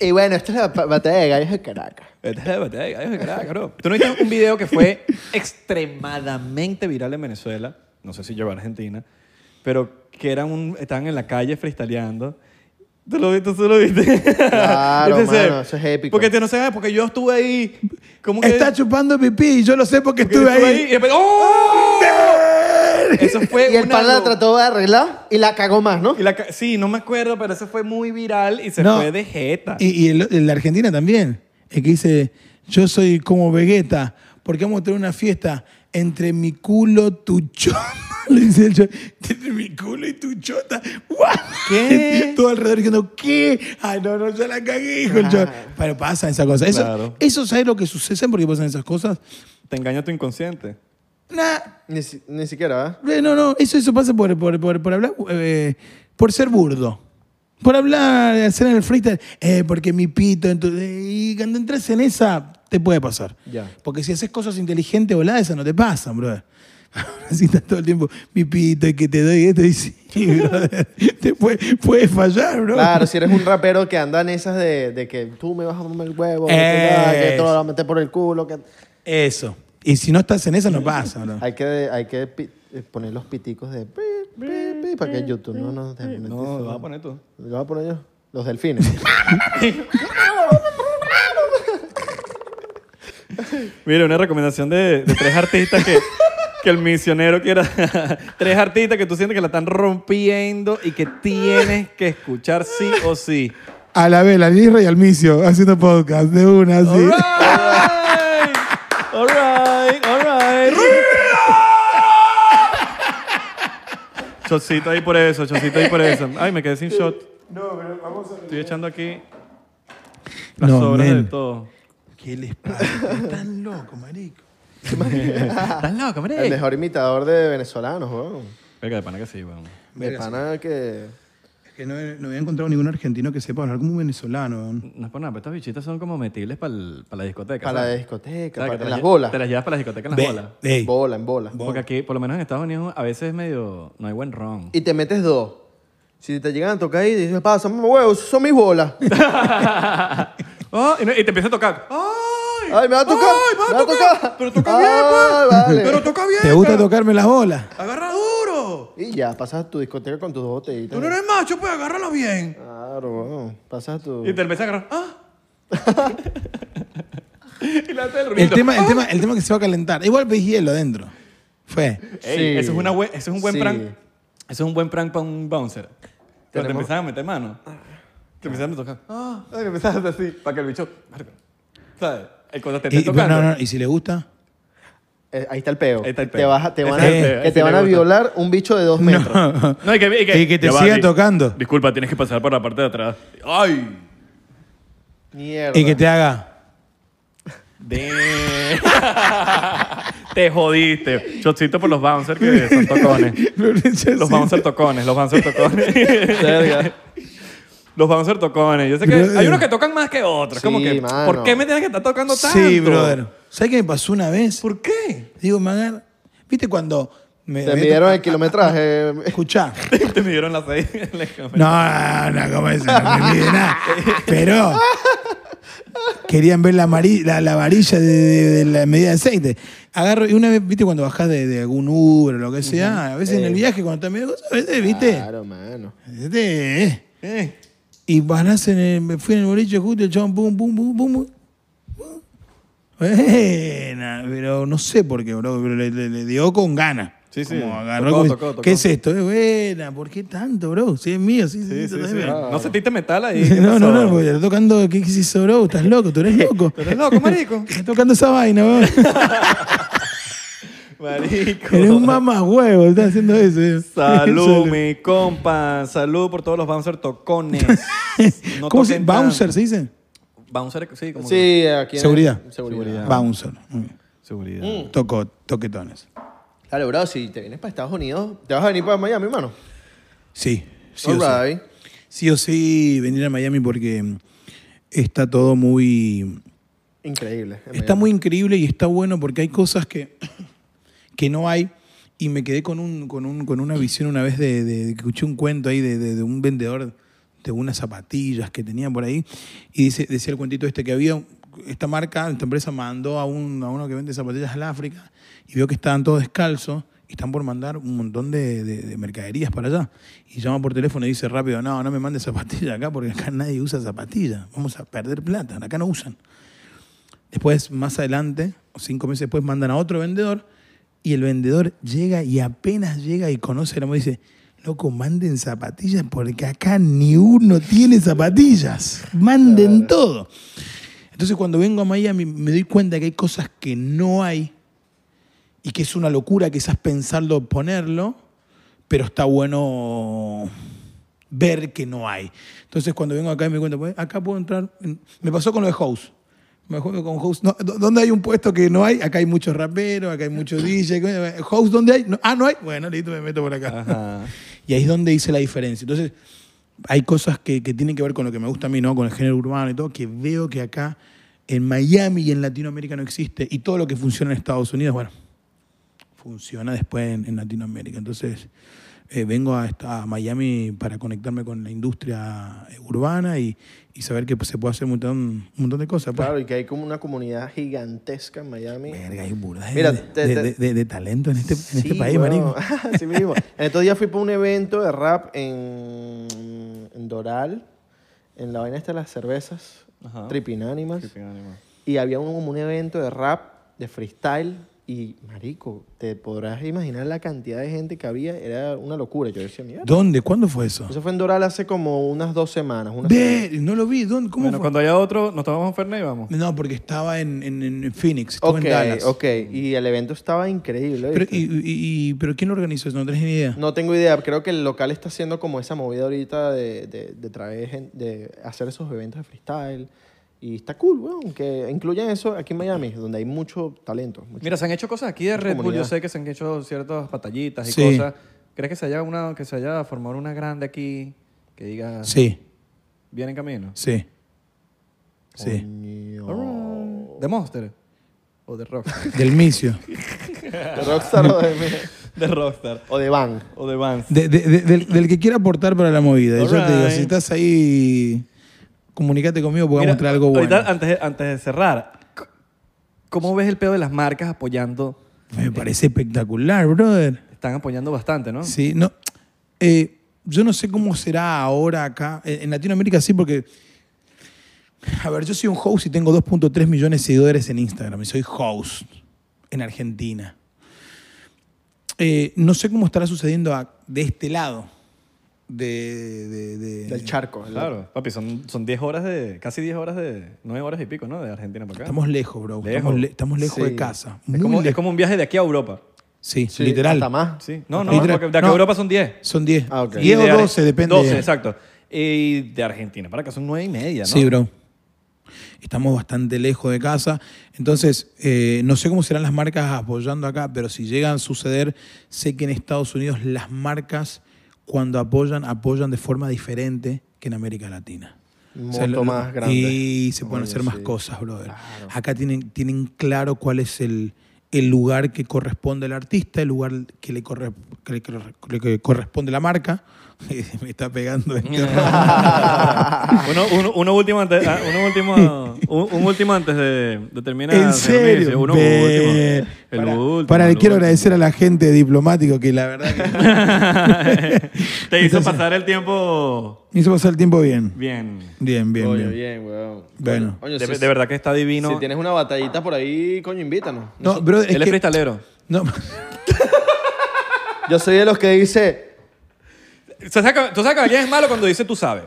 Speaker 3: Y bueno, esta es la pa- batalla de gallos de Caracas.
Speaker 2: Esta es la batalla, ay, carajo, bro. Tú no viste un video
Speaker 1: (laughs)
Speaker 2: que fue extremadamente viral en Venezuela, no sé si llegó a Argentina, pero que eran un, estaban en la calle freestyleando. Tú lo viste, tú lo viste. (laughs)
Speaker 3: Claro,
Speaker 2: Este
Speaker 3: mano, eso es épico.
Speaker 2: Porque te no sabes, porque yo estuve ahí. ¿Cómo que
Speaker 1: Está chupando pipí y yo lo sé porque
Speaker 2: porque
Speaker 1: estuve ahí.
Speaker 2: y de repente, ¡oh! Eso fue
Speaker 3: Y el
Speaker 2: una
Speaker 3: pan la
Speaker 2: lo-
Speaker 3: trató de arreglar y la cagó más, ¿no?
Speaker 2: y la ca- sí, no me acuerdo, pero eso fue muy viral y se
Speaker 1: No.
Speaker 2: fue de jeta.
Speaker 1: Y, y el, el de Argentina también. El que dice, yo soy como Vegeta, porque vamos a tener una fiesta entre mi culo, tu chota. (laughs) Le dice el chota, entre mi culo y tu chota. ¿What?
Speaker 2: ¿Qué?
Speaker 1: (laughs) Todo alrededor diciendo, ¿qué? Ay, no, no, yo la cagué, dijo el chota. Pero pasan esas cosas. Eso,
Speaker 2: Claro.
Speaker 1: eso ¿sabes lo que sucede? ¿Saben por qué pasan esas cosas?
Speaker 2: Te engaña tu inconsciente.
Speaker 1: Nah,
Speaker 3: Ni, si- ni siquiera, ¿eh?
Speaker 1: eh, no, no, eso, eso pasa por, por, por, por hablar, eh, por ser burdo. Por hablar, hacer en el freestyle, eh, porque mi pito, entonces, y cuando entras en esa, te puede pasar.
Speaker 2: Ya.
Speaker 1: Porque si haces cosas inteligentes voladas, esas no te pasan, brother. (laughs) Así estás todo el tiempo, mi pito, y que te doy esto, y sí, (laughs) brother, te puede, puede fallar, bro.
Speaker 3: Claro, si eres un rapero que anda en esas de, de que tú me vas a mamar el huevo, que, te da, que te lo vas a meter por el culo, que...
Speaker 1: Eso. Y si no estás en esa, no pasa, bro.
Speaker 3: Hay que, hay que pi- eh, poner los piticos de pi, pi, pi, para que YouTube no nos desmonetice.
Speaker 2: No, lo vas a poner tú. (laughs)
Speaker 3: ¿Lo voy a poner yo? Los delfines.
Speaker 2: Mira, una recomendación de, de tres artistas que, que el misionero quiera. (laughs) tres artistas que tú sientes que la están rompiendo y que tienes que escuchar sí o sí.
Speaker 1: A la vela, al Isra y al Micio, haciendo podcast de una, así.
Speaker 2: All right. All right. All right. Chocito ahí por eso, chocito ahí por eso. Ay, me quedé sin shot. No, pero vamos a... Estoy echando aquí las
Speaker 1: No,
Speaker 2: sobras de
Speaker 1: men.
Speaker 2: todo.
Speaker 1: ¿Qué les pasa? Están locos, marico.
Speaker 2: Estás loco, hombre.
Speaker 3: El mejor imitador de venezolanos, weón.
Speaker 2: Verga, de pana que sí, weón.
Speaker 3: De
Speaker 1: Verga, sí.
Speaker 3: pana que...
Speaker 1: Es que no, he- no había encontrado ningún argentino que sepa hablar como un venezolano. weón.
Speaker 2: No es por nada, pero estas bichitas son como metibles para la discoteca.
Speaker 3: Para la
Speaker 2: ¿sabes?
Speaker 3: discoteca,
Speaker 2: ¿Sabes?
Speaker 3: para-
Speaker 2: Que te
Speaker 3: en las
Speaker 2: lle-
Speaker 3: bolas.
Speaker 2: Te las llevas para la discoteca en las
Speaker 1: Ve-
Speaker 2: bolas.
Speaker 1: ey,
Speaker 3: Bola, en bola.
Speaker 2: Porque aquí, por lo menos en Estados Unidos, a veces es medio. No hay buen ron.
Speaker 3: Y te metes dos. Si te llegan a tocar ahí, dices, pasa, mamá, huevo, esas son mis bolas.
Speaker 2: (laughs) Oh, y, no- y te empieza a tocar. ¡Ay!
Speaker 3: Ay, me va a tocar.
Speaker 2: ¡Ay, me va a tocar! Pero toca bien,
Speaker 3: Ay,
Speaker 2: pues.
Speaker 3: vale.
Speaker 2: Pero toca bien.
Speaker 1: ¿Te gusta
Speaker 2: pero-
Speaker 1: tocarme las bolas?
Speaker 2: ¡Agarra duro!
Speaker 3: Y ya, pasas a tu discoteca con tus dos botellitas.
Speaker 2: Tú no eres macho, pues agárralo bien.
Speaker 3: Claro, weón. Pasas a tu...
Speaker 2: Y te empieza a agarrar. ¡Ah! (laughs) y le hace el ruido.
Speaker 1: El tema, el, tema, el tema que se va a calentar. Igual veis hielo adentro. Fue.
Speaker 2: Ey,
Speaker 3: Sí.
Speaker 2: eso, es una buen- eso es un buen
Speaker 3: Sí.
Speaker 2: prank. Eso es un buen prank para un bouncer. Cuando te
Speaker 3: Tenemos-
Speaker 2: empiezan a meter mano. Te empiezan a tocar. ¡Ah! Y empiezas a hacer así. Para que el bicho. marca. ¿Sabes? El cuando te esté
Speaker 1: Y, pero
Speaker 2: tocando.
Speaker 1: no, no, ¿y si le gusta?
Speaker 3: Eh, ahí está el peo.
Speaker 2: Ahí está el
Speaker 3: Te,
Speaker 2: peo.
Speaker 3: vas a- te
Speaker 2: Ahí
Speaker 3: van a,
Speaker 2: está el peo.
Speaker 3: que
Speaker 2: Ahí
Speaker 3: te
Speaker 2: sí
Speaker 3: van
Speaker 2: me
Speaker 3: a
Speaker 2: gusta.
Speaker 3: violar un bicho de dos metros.
Speaker 2: No, y que, y que,
Speaker 1: Y que te
Speaker 2: Ya va,
Speaker 1: siga
Speaker 2: di-
Speaker 1: tocando.
Speaker 2: Disculpa, tienes que pasar por la parte de atrás. ¡Ay!
Speaker 3: Mierda.
Speaker 1: (laughs) Y que te
Speaker 2: (laughs)
Speaker 1: haga.
Speaker 2: De... (laughs) te jodiste. Chocito por los bouncers que son tocones. Los bouncer tocones, los bouncer tocones.
Speaker 3: Verga.
Speaker 2: los bouncer tocones. Yo sé que
Speaker 1: Brother.
Speaker 2: hay unos que tocan más que otros.
Speaker 3: Sí,
Speaker 2: como que,
Speaker 3: mano.
Speaker 2: ¿por qué me tienes que estar tocando tanto?
Speaker 1: Sí, brother. ¿Sabes qué me pasó una vez?
Speaker 2: ¿Por
Speaker 1: (laughs)
Speaker 2: qué?
Speaker 1: Digo, me agar- ¿Viste cuando me.
Speaker 3: Te
Speaker 1: me-
Speaker 3: midieron el
Speaker 1: (laughs)
Speaker 3: kilometraje.
Speaker 1: Escuchá.
Speaker 2: te midieron las seis.
Speaker 1: No, no, como eso, no me mide nada. Pero querían ver la, mari- la, la varilla de, de- de la medida de aceite. Agarro, y una vez, viste, cuando bajás de, de algún Uber o lo que sea, a veces en el viaje, cuando estás medio cosa, a veces, viste.
Speaker 3: Claro, mano.
Speaker 1: Este, eh. Y balance en el- me fui en el boliche justo, el chabón, pum, pum, pum, pum. pum. Buena, pero no sé por qué, bro, pero le, le- le dio con ganas.
Speaker 2: Sí, sí.
Speaker 1: Como agarró
Speaker 2: Tocó,
Speaker 1: como-
Speaker 2: tocó, tocó.
Speaker 1: ¿Qué es esto? Es buena, ¿por qué tanto, bro? Si es mío, sí, sí, sí,
Speaker 2: Sí,
Speaker 1: todavía
Speaker 2: sí.
Speaker 1: es mío.
Speaker 2: No sentiste metal ahí.
Speaker 1: (laughs)
Speaker 2: ¿Qué
Speaker 1: No,
Speaker 2: pasó?
Speaker 1: no, no, porque está tocando. ¿Qué es eso, bro? ¿Estás loco? ¿Tú
Speaker 2: (laughs)
Speaker 1: eres loco?
Speaker 2: ¿Tú eres loco,
Speaker 1: (laughs)
Speaker 2: marico?
Speaker 1: Está tocando esa vaina, bro.
Speaker 2: marico.
Speaker 1: Eres un mamá huevo, estás haciendo (laughs) eso.
Speaker 2: Salud, mi compa. Salud por todos los
Speaker 1: (laughs)
Speaker 2: bouncer tocones. No
Speaker 1: ¿Cómo se
Speaker 2: toquen
Speaker 1: dice?
Speaker 2: tanto.
Speaker 1: ¿Bouncer se dice?
Speaker 2: Bouncer, sí, como que-
Speaker 3: Sí, aquí en-
Speaker 1: Seguridad.
Speaker 3: Seguridad.
Speaker 1: Bouncer. Muy bien.
Speaker 2: Seguridad.
Speaker 1: Mm. Tocó, toquetones.
Speaker 3: Claro, bro, si te vienes para Estados Unidos, te vas a venir para Miami, hermano.
Speaker 1: Sí, sí o sí.
Speaker 3: All right.
Speaker 1: Sí o sí venir a Miami porque mm, está todo muy...
Speaker 3: Increíble. en
Speaker 1: Está
Speaker 3: Miami.
Speaker 1: muy increíble y está bueno porque hay cosas que, que no hay. Y me quedé con, un, con, un, con una visión una vez de, de- de que escuché un cuento ahí de, de- de un vendedor de unas zapatillas que tenía por ahí. Y dice, decía el cuentito este que había, esta marca, esta empresa mandó a, un, a uno que vende zapatillas al África y vio que estaban todos descalzos y están por mandar un montón de, de- de mercaderías para allá. Y llama por teléfono y dice rápido, no, no me mandes zapatillas acá porque acá nadie usa zapatillas. Vamos a perder plata, acá no usan. Después, más adelante, o cinco meses después, mandan a otro vendedor y el vendedor llega y apenas llega y conoce la moda y dice, loco, manden zapatillas porque acá ni uno tiene zapatillas. Manden todo. Entonces, cuando vengo a Miami, me doy cuenta que hay cosas que no hay y que es una locura quizás pensarlo, ponerlo, pero está bueno ver que no hay. Entonces, cuando vengo acá y me doy cuenta, pues, acá puedo entrar. en- Me pasó con lo de House. Me juego con House. No, ¿dó- ¿Dónde hay un puesto que no hay? Acá hay muchos raperos, acá hay muchos DJ. ¿qué- House, ¿dónde hay? No- ah, no hay. Bueno, listo, me meto por acá.
Speaker 2: Ajá.
Speaker 1: Y ahí es donde hice la diferencia. Entonces, hay cosas que, que tienen que ver con lo que me gusta a mí, ¿no? Con el género urbano y todo, que veo que acá en Miami y en Latinoamérica no existe. Y todo lo que funciona en Estados Unidos, bueno, funciona después en, en Latinoamérica. Entonces, eh, vengo a, esta- a Miami para conectarme con la industria eh, urbana y, y saber que pues, se puede hacer un montón, un montón de cosas. pues.
Speaker 3: Claro, y que hay como una comunidad gigantesca en Miami.
Speaker 1: Verga, hay burda de-
Speaker 3: Mira,
Speaker 1: de,
Speaker 3: te-
Speaker 1: de-
Speaker 3: te-
Speaker 1: de- de- de talento en este, en este
Speaker 3: Sí,
Speaker 1: país,
Speaker 3: weón.
Speaker 1: marico.
Speaker 3: (laughs) Así mismo. En estos días fui para un evento de rap en, en Doral, en la vaina esta de las cervezas,
Speaker 2: Ajá.
Speaker 3: Tripinánimas.
Speaker 2: Qué pena, animal.
Speaker 3: Y había un, como un evento de rap, de freestyle, y marico, te podrás imaginar la cantidad de gente que había, era una locura. Yo decía, mierda.
Speaker 1: ¿Dónde? ¿Cuándo fue eso?
Speaker 3: Eso fue en Doral hace como unas dos semanas. Una semana.
Speaker 1: Ver- no lo vi. ¿Dónde? ¿Cómo
Speaker 2: Bueno,
Speaker 1: fue?
Speaker 2: cuando haya otro, nos tomamos un Fernet y vamos.
Speaker 1: No, porque estaba en, en- en Phoenix, estuvo
Speaker 3: Ok,
Speaker 1: en Dallas.
Speaker 3: ok. Y el evento estaba increíble.
Speaker 1: Pero,
Speaker 3: ¿viste?
Speaker 1: y, y- y- pero ¿quién lo organizó? No tenés ni idea.
Speaker 3: No tengo idea, creo que el local está haciendo como esa movida ahorita de, de, de traer gen- de hacer esos eventos de freestyle. Y está cool, weón, que incluyan eso aquí en Miami, donde hay mucho talento. mucho-
Speaker 2: Mira, se han hecho cosas aquí de Red Bull. Yo
Speaker 3: comunidad.
Speaker 2: sé que se han hecho ciertas batallitas y
Speaker 1: Sí.
Speaker 2: cosas. ¿Crees que se haya una, que se haya formado una grande aquí que diga
Speaker 1: Sí,
Speaker 2: viene en camino?
Speaker 1: sí. Sí.
Speaker 3: Coño.
Speaker 2: Alright. ¿De Monster? ¿O de Rock?
Speaker 1: (laughs) Del Micio.
Speaker 3: De Rockstar (laughs) o de,
Speaker 2: de Rockstar.
Speaker 3: o de Van.
Speaker 2: ¿O de Vans?
Speaker 1: De- de- de- del, del que quiera aportar para la movida. Y Yo te digo,
Speaker 2: Alright.
Speaker 1: si estás ahí, comunícate conmigo porque vamos a
Speaker 2: Mira,
Speaker 1: mostrar algo bueno.
Speaker 2: ahorita, antes, de- antes de cerrar, c- ¿cómo ves el pedo de las marcas apoyando?
Speaker 1: Me parece espectacular, brother.
Speaker 2: Están apoyando bastante, ¿no?
Speaker 1: Sí, no. eh, yo no sé cómo será ahora acá. eh, En en Latinoamérica sí, porque. A ver, yo soy un host y tengo 2.3 millones de seguidores en Instagram y soy host en Argentina. Eh, no sé cómo estará sucediendo a- de este lado de, de- de-
Speaker 3: Del charco. el-
Speaker 2: Claro, papi, son, son 10 horas de, casi 10 horas de, 9 horas y pico, ¿no? De Argentina para acá.
Speaker 1: Estamos lejos, bro.
Speaker 2: Lejos.
Speaker 1: Estamos, le- estamos lejos
Speaker 3: Sí.
Speaker 1: de casa.
Speaker 2: es,
Speaker 1: Muy
Speaker 2: como, es
Speaker 1: lejos.
Speaker 2: como un viaje de aquí a Europa.
Speaker 1: Sí,
Speaker 3: Sí,
Speaker 1: literal.
Speaker 3: Hasta más.
Speaker 2: Sí. No, no,
Speaker 1: Literal.
Speaker 2: porque de aquí a
Speaker 1: No.
Speaker 2: Europa son 10.
Speaker 1: Son 10.
Speaker 3: Ah, ok.
Speaker 1: 10
Speaker 2: Y de
Speaker 1: o
Speaker 2: Ar-
Speaker 1: 12, depende.
Speaker 2: 12, exacto. Y de Argentina para acá son 9 y media, ¿no?
Speaker 1: Sí, bro. Estamos bastante lejos de casa. Entonces, eh, no sé cómo serán las marcas apoyando acá, pero si llegan a suceder, sé que en Estados Unidos las marcas, cuando apoyan, apoyan de forma diferente que en América Latina.
Speaker 3: Un
Speaker 1: O sea, lo-
Speaker 3: monto
Speaker 1: lo-
Speaker 3: más grande.
Speaker 1: Y se pueden
Speaker 3: Oye,
Speaker 1: hacer más
Speaker 3: sí.
Speaker 1: cosas, brother. Acá tienen, tienen claro cuál es el, el lugar que corresponde al artista, el lugar que le, corre- que le corre- que le corresponde la marca. (laughs) Me está pegando
Speaker 3: (laughs)
Speaker 1: este
Speaker 2: (laughs) uno, uno- uno último antes, ah,
Speaker 1: (laughs)
Speaker 2: uno último, un, un último antes de, de terminar.
Speaker 1: ¿En
Speaker 2: señor
Speaker 1: serio?
Speaker 2: Messi. Uno
Speaker 1: Ve.
Speaker 2: último. El
Speaker 1: para,
Speaker 2: último.
Speaker 1: para,
Speaker 2: el
Speaker 1: quiero
Speaker 2: último.
Speaker 1: agradecer a la gente de diplomático que la verdad que
Speaker 2: (laughs) (laughs) Te hizo pasar el tiempo
Speaker 1: me hizo pasar el tiempo bien.
Speaker 2: bien.
Speaker 1: Bien, bien,
Speaker 3: Coño,
Speaker 1: bien.
Speaker 3: bien, weón.
Speaker 1: Bueno.
Speaker 3: Coño,
Speaker 2: De,
Speaker 3: si-
Speaker 2: de verdad que está divino.
Speaker 3: Si tienes una batallita por ahí, coño, invítanos.
Speaker 1: No, bro, es
Speaker 2: Él es
Speaker 1: que-
Speaker 2: freestalero.
Speaker 1: no,
Speaker 3: Yo soy de los que dice,
Speaker 2: O sea, saca- Tú sabes que alguien es malo cuando dice tú sabes.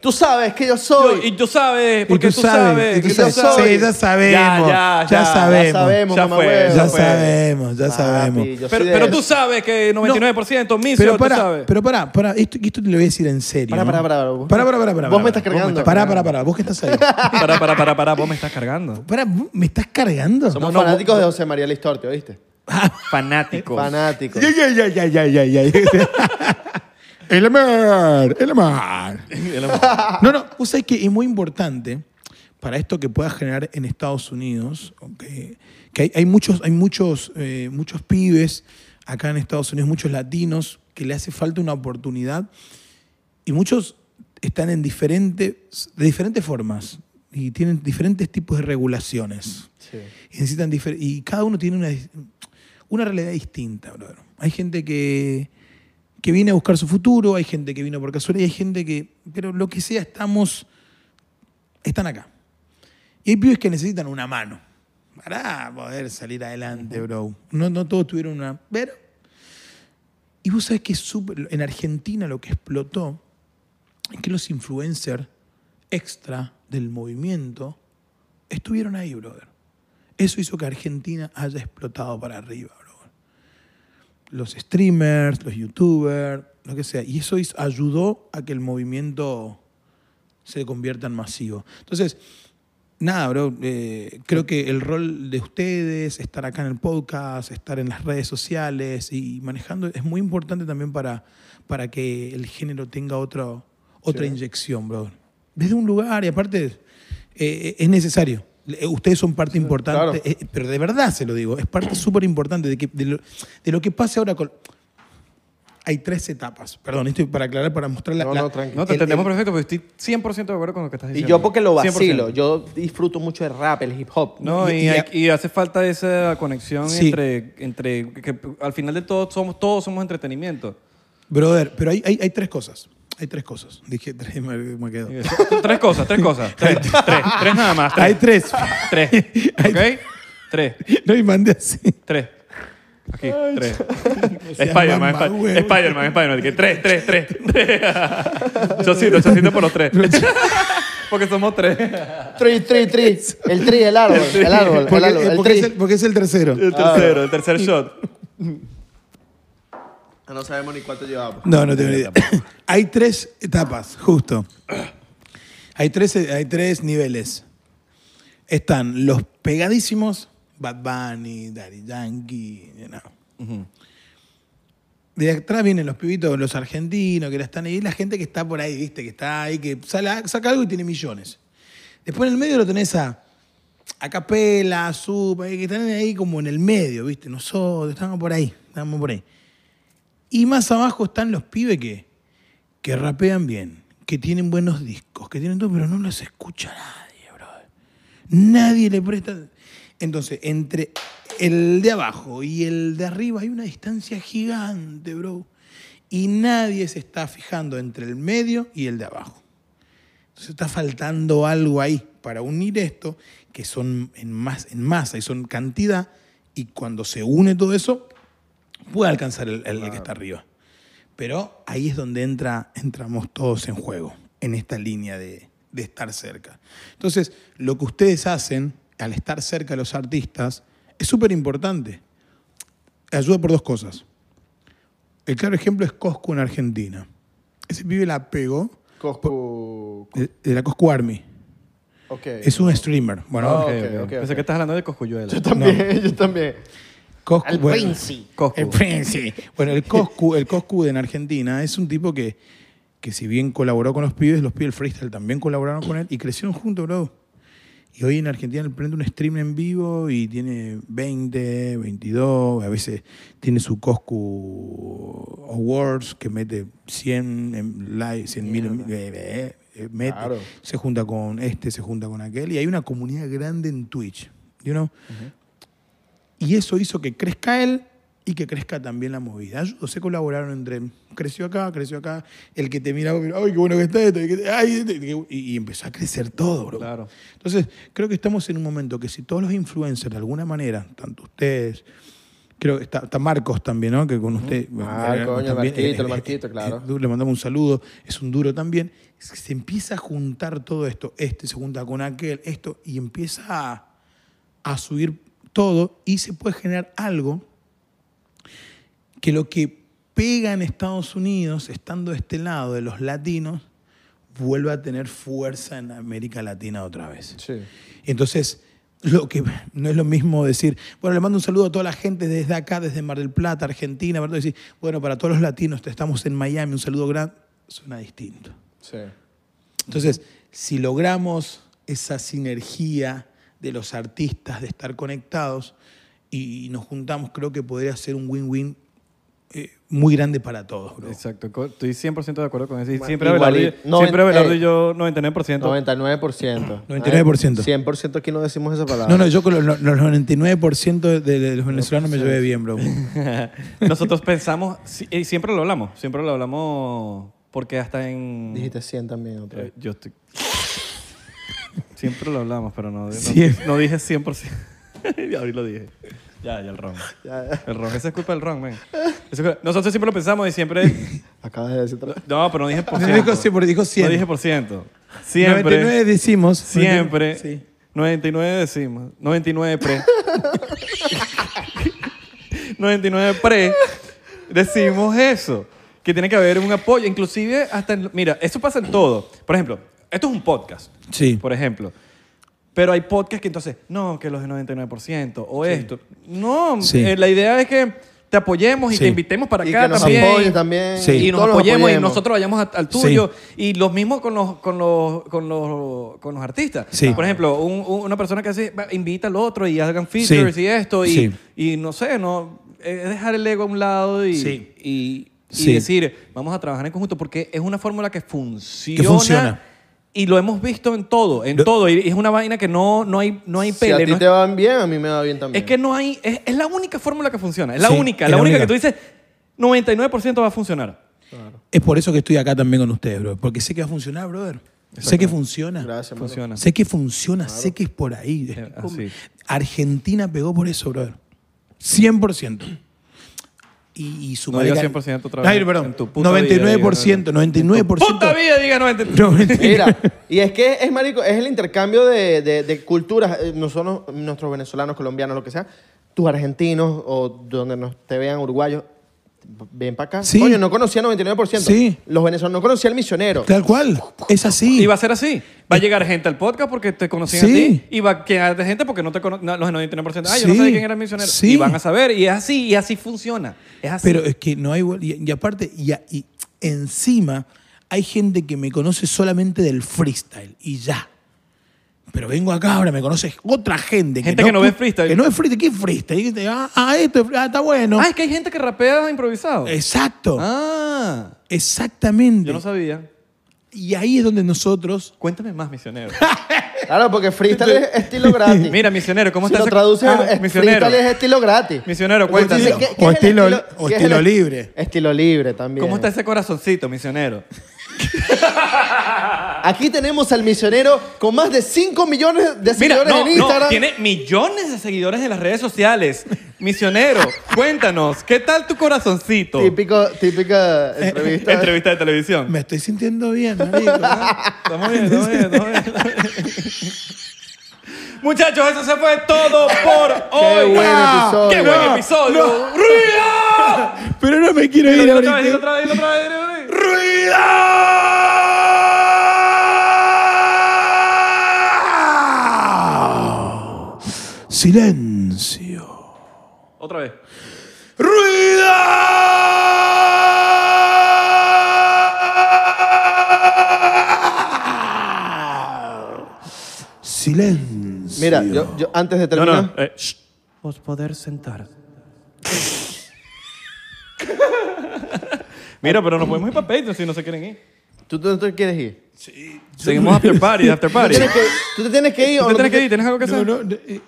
Speaker 3: tú sabes que yo
Speaker 2: Yo-
Speaker 3: soy.
Speaker 2: y tú sabes, porque
Speaker 1: y
Speaker 2: tú, sabes.
Speaker 1: y tú
Speaker 2: que
Speaker 1: sabes.
Speaker 2: yo soy.
Speaker 1: Sí, ya sabemos.
Speaker 2: Ya, ya,
Speaker 1: ya
Speaker 2: ya
Speaker 1: sabemos.
Speaker 3: ya sabemos,
Speaker 2: Ya
Speaker 3: mamá
Speaker 2: fue,
Speaker 3: huevo.
Speaker 1: Ya
Speaker 2: fue.
Speaker 1: sabemos, ya
Speaker 3: Papi,
Speaker 1: sabemos.
Speaker 3: yo soy
Speaker 2: Pero,
Speaker 3: de
Speaker 2: pero tú
Speaker 3: esos.
Speaker 2: sabes que 99%,
Speaker 1: (laughs)
Speaker 2: misio,
Speaker 1: Pero
Speaker 2: tú
Speaker 1: para,
Speaker 2: sabes.
Speaker 1: pero para, para, esto, esto te lo voy a decir en serio.
Speaker 3: Pará,
Speaker 1: ¿no?
Speaker 3: pará, pará, vos-
Speaker 1: Pará, pará, pará, pará,
Speaker 3: vos me
Speaker 1: pará.
Speaker 3: estás cargando.
Speaker 1: Pará, pará, pará, vos que estás ahí. (laughs)
Speaker 2: Para, para, para, para, vos me estás cargando.
Speaker 1: Pará, ¿vos ¿me estás cargando?
Speaker 3: Somos fanáticos de José María Listorte, ¿oíste?
Speaker 1: (laughs)
Speaker 2: Fanáticos.
Speaker 3: (laughs) Fanáticos.
Speaker 1: Ya, ya, ya, ya, ya, ya, (laughs) ya. El mar, el mar. No, no, vos sabés que es muy importante para esto que pueda generar en Estados Unidos, ok, que hay, hay muchos, hay muchos, eh, muchos pibes acá en Estados Unidos, muchos latinos, que le hace falta una oportunidad y muchos están en diferentes, de diferentes formas y tienen diferentes tipos de regulaciones.
Speaker 3: Sí.
Speaker 1: Y necesitan difer- y cada uno tiene una, una realidad distinta, brother. Hay gente que, que viene a buscar su futuro, hay gente que vino por casualidad, hay gente que. Pero lo que sea, estamos. Están acá. Y hay pibes que necesitan una mano para poder salir adelante, bro. No, no todos tuvieron una. Pero. Y vos sabés que es súper- en Argentina lo que explotó es que los influencers extra del movimiento estuvieron ahí, brother. Eso hizo que Argentina haya explotado para arriba, brother. Los streamers, los youtubers, lo que sea. Y eso hizo- ayudó a que el movimiento se convierta en masivo. Entonces, nada, bro, eh, creo que el rol de ustedes, estar acá en el podcast, estar en las redes sociales y manejando, es muy importante también para, para que el género tenga otro, otra inyección, bro. Desde un lugar, y aparte, eh, eh, es necesario. Eh, Ustedes son parte importante,
Speaker 3: claro.
Speaker 1: eh, pero de verdad se lo digo, es parte súper importante de, que- de, lo, de lo que pase ahora con... Hay tres etapas, perdón, esto para aclarar, para mostrar la...
Speaker 3: No,
Speaker 1: la-
Speaker 3: no, tranqui.
Speaker 2: No, te
Speaker 1: el-
Speaker 2: entendemos
Speaker 1: el-
Speaker 2: perfecto, pero estoy 100% de acuerdo con lo que estás
Speaker 3: Y
Speaker 2: diciendo.
Speaker 3: yo porque lo vacilo,
Speaker 2: 100%.
Speaker 3: yo disfruto mucho el rap, el hip hop.
Speaker 2: No, y,
Speaker 1: Y- y-
Speaker 2: hay- y hace falta esa conexión
Speaker 1: Sí.
Speaker 2: entre, entre que al final de todo somos todos somos entretenimiento.
Speaker 1: Brother, pero hay, hay, hay tres cosas. Hay tres cosas. Dije (laughs) tres, me, me quedo. Ah,
Speaker 2: tres cosas, tres cosas. Tres, tres, tres nada más.
Speaker 1: Hay
Speaker 2: Tres.
Speaker 1: tres. (laughs)
Speaker 2: (laughs) tres. ¿Ok? Tres.
Speaker 1: No, y mandé así.
Speaker 2: Tres. Aquí, tres.
Speaker 1: sea,
Speaker 2: Spider-Man,
Speaker 1: mamá,
Speaker 2: Spi-
Speaker 1: huevo.
Speaker 2: Spider-Man, Spider-Man. que Tres, tres, tres. (laughs) tres. Chocito, chocito por los (laughs) tres. Porque somos tres. Ah,
Speaker 3: Tri, tri, tri. El tri, el árbol,
Speaker 2: tri.
Speaker 3: el árbol,
Speaker 1: Porque,
Speaker 3: el árbol,
Speaker 1: eh,
Speaker 3: el
Speaker 1: porque es el,
Speaker 3: tri.
Speaker 1: porque es el tercero.
Speaker 2: El tercero, el tercer shot.
Speaker 3: No sabemos ni cuánto llevamos.
Speaker 1: No, no tengo ni idea. (coughs) Hay tres etapas, justo. Hay tres, hay tres niveles. están los pegadísimos Bad Bunny, Daddy Yankee, no. De atrás vienen los pibitos, los argentinos que la están ahí, la gente que está por ahí, viste, que está ahí, que sale- saca algo y tiene millones. Después en el medio lo tenés a Acapela, a Supa, que están ahí como en el medio, viste, nosotros, estamos por ahí, estamos por ahí. Y más abajo están los pibes que, que rapean bien, que tienen buenos discos, que tienen todo, pero no los escucha nadie, brother. Nadie le presta. Entonces, entre el de abajo y el de arriba hay una distancia gigante, bro. Y nadie se está fijando entre el medio y el de abajo. Entonces está faltando algo ahí para unir esto, que son en, más, en masa y son cantidad, y cuando se une todo eso, puede alcanzar el, el- el que está arriba. Pero ahí es donde entra, entramos todos en juego, en esta línea de, de estar cerca. Entonces, lo que ustedes hacen al estar cerca de los artistas es súper importante. Ayuda por dos cosas. El claro ejemplo es Coscu en Argentina. Ese pibe la pegó
Speaker 3: Coscu.
Speaker 1: de, de la Coscu Army.
Speaker 3: Ok.
Speaker 1: Es un streamer. Bueno,
Speaker 3: Ah,
Speaker 2: Ok,
Speaker 3: ok,
Speaker 2: ok.
Speaker 3: ok,
Speaker 2: Pensé
Speaker 3: ok.
Speaker 2: que estás hablando de Coscuyuela.
Speaker 3: Yo (laughs) también, yo también.
Speaker 1: Coscu,
Speaker 3: Al
Speaker 1: bueno.
Speaker 3: Prince.
Speaker 2: Coscu.
Speaker 1: El Prince. Bueno, el Coscu, el Coscu en Argentina es un tipo que, que si bien colaboró con los pibes, los pibes del freestyle también colaboraron con él y crecieron juntos, bro. Y hoy en Argentina él prende un stream en vivo y tiene 20, 22, a veces tiene su Coscu Awards que mete 100 en live, 100 mil, eh, eh, mete,
Speaker 3: Claro.
Speaker 1: se junta con este, se junta con aquel y hay una comunidad grande en Twitch, you know? Y eso hizo que crezca él y que crezca también la movida. Ellos se colaboraron entre. Creció acá, creció acá. El que te miraba, ¡ay, qué bueno que está esto! y que- ay, este", y, y empezó a crecer todo, bro.
Speaker 2: Claro.
Speaker 1: Entonces, creo que estamos en un momento que si todos los influencers, de alguna manera, tanto ustedes. Creo que está, está Marcos también, ¿no? Que con usted.
Speaker 3: Marco, Ah, coño, el
Speaker 1: también,
Speaker 3: Marquito, el Marquito, claro.
Speaker 1: es du- le mandamos un saludo, es un duro también. Es que Se empieza a juntar todo esto. Este se junta con aquel, esto, y empieza a a subir todo y se puede generar algo que lo que pega en Estados Unidos, estando de este lado de los latinos, vuelva a tener fuerza en América Latina otra vez.
Speaker 3: Sí.
Speaker 1: Entonces, lo que no es lo mismo decir, bueno, le mando un saludo a toda la gente desde acá, desde Mar del Plata, Argentina, ¿verdad? Decir, bueno, para todos los latinos, estamos en Miami, un saludo grande, suena distinto.
Speaker 3: Sí.
Speaker 1: Entonces, si logramos esa sinergia de los artistas, de estar conectados y nos juntamos, creo que podría ser un win-win eh, muy grande para todos. bro.
Speaker 2: Exacto, co- estoy 100% de acuerdo con eso. Y
Speaker 3: Ma-
Speaker 2: siempre
Speaker 3: igual- eh,
Speaker 2: Abelardo y,
Speaker 3: no,
Speaker 2: siempre
Speaker 3: en-
Speaker 2: Abelardo y
Speaker 3: ey.
Speaker 2: yo 99%.
Speaker 1: (clears throat)
Speaker 3: 99%.
Speaker 1: 99%.
Speaker 3: 100% aquí no decimos esa palabra.
Speaker 1: No, no, yo con los, los 99% de, de los venezolanos me llevé bien, bro.
Speaker 2: (laughs) Nosotros pensamos, sí, y siempre lo hablamos, siempre lo hablamos porque hasta en...
Speaker 3: Dijiste 100 también otra
Speaker 2: Eh,
Speaker 3: vez.
Speaker 2: yo estoy... Siempre lo hablamos, pero no, no-
Speaker 1: Siempre.
Speaker 2: no dije (laughs) 100%. y ahorita lo dije. Ya, ya el ron.
Speaker 3: Ya,
Speaker 2: El ron, esa es culpa del ron, men. Eso es- Nosotros siempre lo pensamos y siempre...
Speaker 3: Acabas de decir otra vez.
Speaker 2: No, pero (laughs) no dije por
Speaker 1: No
Speaker 2: ciento.
Speaker 1: dijo 100, porque dijo 100.
Speaker 2: No dije por ciento. Siempre.
Speaker 1: 99 decimos.
Speaker 2: Siempre.
Speaker 1: Sí.
Speaker 2: 99 decimos. 99 pre. 99 pre. Decimos eso. Que tiene que haber un apoyo. Inclusive hasta... en- mira, esto pasa en todo. Por ejemplo, esto es un podcast.
Speaker 1: Sí.
Speaker 2: Por ejemplo. Pero hay podcasts que entonces, no, que los de 99% o esto. No,
Speaker 1: Sí.
Speaker 2: eh, la idea es que te apoyemos y
Speaker 1: Sí.
Speaker 2: te invitemos para
Speaker 3: Y
Speaker 2: acá
Speaker 3: que nos
Speaker 2: también.
Speaker 3: apoyen también.
Speaker 1: Sí.
Speaker 2: Y nos
Speaker 3: todos los
Speaker 2: apoyemos, y nosotros vayamos a- al
Speaker 1: Sí.
Speaker 2: tuyo. Y lo mismo con los, con los, con los, con los artistas.
Speaker 1: Sí.
Speaker 2: Por ejemplo, un- un- una persona que hace, va, invita al otro y hagan features
Speaker 1: Sí.
Speaker 2: y esto. Y,
Speaker 1: Sí.
Speaker 2: y no sé, no, eh, es dejar el ego a un lado y,
Speaker 1: Sí.
Speaker 2: y, y
Speaker 1: Sí.
Speaker 2: decir, vamos a trabajar en conjunto porque es una fórmula que funciona.
Speaker 1: Que funciona.
Speaker 2: Y lo hemos visto en todo, en
Speaker 1: Lo-
Speaker 2: todo. Y es una vaina que no, no hay, no hay
Speaker 3: Si
Speaker 2: pele.
Speaker 3: a ti
Speaker 2: no
Speaker 3: te
Speaker 2: es-
Speaker 3: van bien, a mí me va bien también.
Speaker 2: es que no hay. Es, es la única fórmula que funciona. Es la
Speaker 1: Sí,
Speaker 2: única.
Speaker 1: es
Speaker 2: La,
Speaker 1: la
Speaker 2: única,
Speaker 1: única.
Speaker 2: que tú dices, 99% va a funcionar.
Speaker 1: Es por eso que estoy acá también con ustedes, bro. Porque sé que va a funcionar, brother. Sé que funciona.
Speaker 3: Gracias, mano.
Speaker 2: Funciona.
Speaker 1: Sé que funciona, sé que es por ahí. Es
Speaker 2: Eh,
Speaker 1: tipo,
Speaker 2: así.
Speaker 1: Argentina pegó por eso, brother. 100%. Y, y su
Speaker 2: No
Speaker 1: marica-
Speaker 2: digas 100% otra vez.
Speaker 1: Ay, perdón.
Speaker 2: En tu puta
Speaker 1: 99%, 99%.
Speaker 2: ¡Puta
Speaker 1: (laughs)
Speaker 2: vida! Diga 99%. (laughs)
Speaker 1: 90.
Speaker 3: Mira, y es que es marico, es el intercambio de, de- de culturas. Eh, Nosotros, nuestros venezolanos, colombianos, lo que sea, tus argentinos o donde nos te vean uruguayos, Ven para acá.
Speaker 1: Sí.
Speaker 3: Coño, no conocía 99%.
Speaker 1: Sí.
Speaker 3: Los venezolanos no conocían al misionero.
Speaker 1: Tal cual. Es así.
Speaker 2: Y va a ser así. Va a llegar gente al podcast porque te conocían
Speaker 1: Eh, Sí.
Speaker 2: a ti. Y va a quedar gente porque no te conocen. Los 99%. Ah, yo no
Speaker 1: Sí.
Speaker 2: sabía quién era el misionero.
Speaker 1: Sí.
Speaker 2: Y van a saber. Y es así. Y así funciona. Es así.
Speaker 1: Pero es que no hay. vuel- Y, y aparte, y, a- y encima, hay gente que me conoce solamente del freestyle y ya. Pero vengo acá ahora, me conoces otra gente.
Speaker 2: Gente que no ve freestyle.
Speaker 1: Que no es freestyle. ¿Qué es freestyle? Y te- Ah, ah, esto es fre- ah, está bueno.
Speaker 2: Ah, es que hay gente que rapea improvisado.
Speaker 1: Exacto.
Speaker 2: Ah.
Speaker 1: Exactamente.
Speaker 2: Yo no sabía.
Speaker 1: Y ahí es donde nosotros.
Speaker 2: Cuéntame más, misionero. (laughs)
Speaker 3: Claro, porque freestyle es estilo gratis.
Speaker 2: Mira, misionero, ¿cómo
Speaker 3: si
Speaker 2: está
Speaker 3: lo
Speaker 2: ese-
Speaker 3: traduces,
Speaker 2: Ah,
Speaker 3: es-
Speaker 2: misionero.
Speaker 3: freestyle es estilo gratis.
Speaker 2: Misionero,
Speaker 3: Porque tú
Speaker 2: cuéntame.
Speaker 3: dices, ¿qué- qué
Speaker 1: O
Speaker 3: es el
Speaker 1: estilo- o
Speaker 3: qué es el
Speaker 1: estilo
Speaker 3: esti-
Speaker 1: libre.
Speaker 3: Estilo libre también.
Speaker 2: ¿Cómo está ese corazoncito,
Speaker 3: (laughs)
Speaker 2: misionero?
Speaker 3: Aquí tenemos al misionero con más de 5 millones de
Speaker 2: Mira,
Speaker 3: seguidores
Speaker 2: no,
Speaker 3: en Instagram.
Speaker 2: no, tiene millones de seguidores en las redes sociales. Misionero, cuéntanos, ¿qué tal tu corazoncito?
Speaker 3: Típico, típica entrevista.
Speaker 2: Entrevista de televisión.
Speaker 1: Me estoy sintiendo bien,
Speaker 2: (laughs)
Speaker 1: marico, ¿no?
Speaker 2: Estamos bien, estamos bien, estamos bien. Muchachos, eso se fue todo por
Speaker 3: Qué
Speaker 2: hoy.
Speaker 3: buen
Speaker 1: Ah,
Speaker 3: episodio.
Speaker 2: ¡Qué buen episodio! ¡Ruido!
Speaker 1: Pero no me quiero ir
Speaker 2: Dilo otra vez, dilo
Speaker 1: ahorita.
Speaker 2: otra vez, dilo otra vez, dilo otra vez.
Speaker 1: ¡Ruido! ¡Ah! Silencio.
Speaker 2: Otra vez.
Speaker 1: ¡Ruido! Silencio.
Speaker 3: Mira, yo, yo antes de
Speaker 2: No,
Speaker 3: terminar.
Speaker 2: no. eh, shh. Os poder sentar. Mira, pero nos podemos ir para Patreon si no se quieren ir.
Speaker 3: ¿Tú tú- tú quieres ir?
Speaker 2: Seguimos after party, after
Speaker 3: ¿Tú,
Speaker 2: party.
Speaker 3: tienes que, ¿Tú te tienes que ir
Speaker 2: ¿Tú
Speaker 3: o
Speaker 2: te
Speaker 3: no
Speaker 2: tienes
Speaker 3: te-
Speaker 2: que ir? ¿Tienes algo que hacer?
Speaker 1: No, no, no, eh,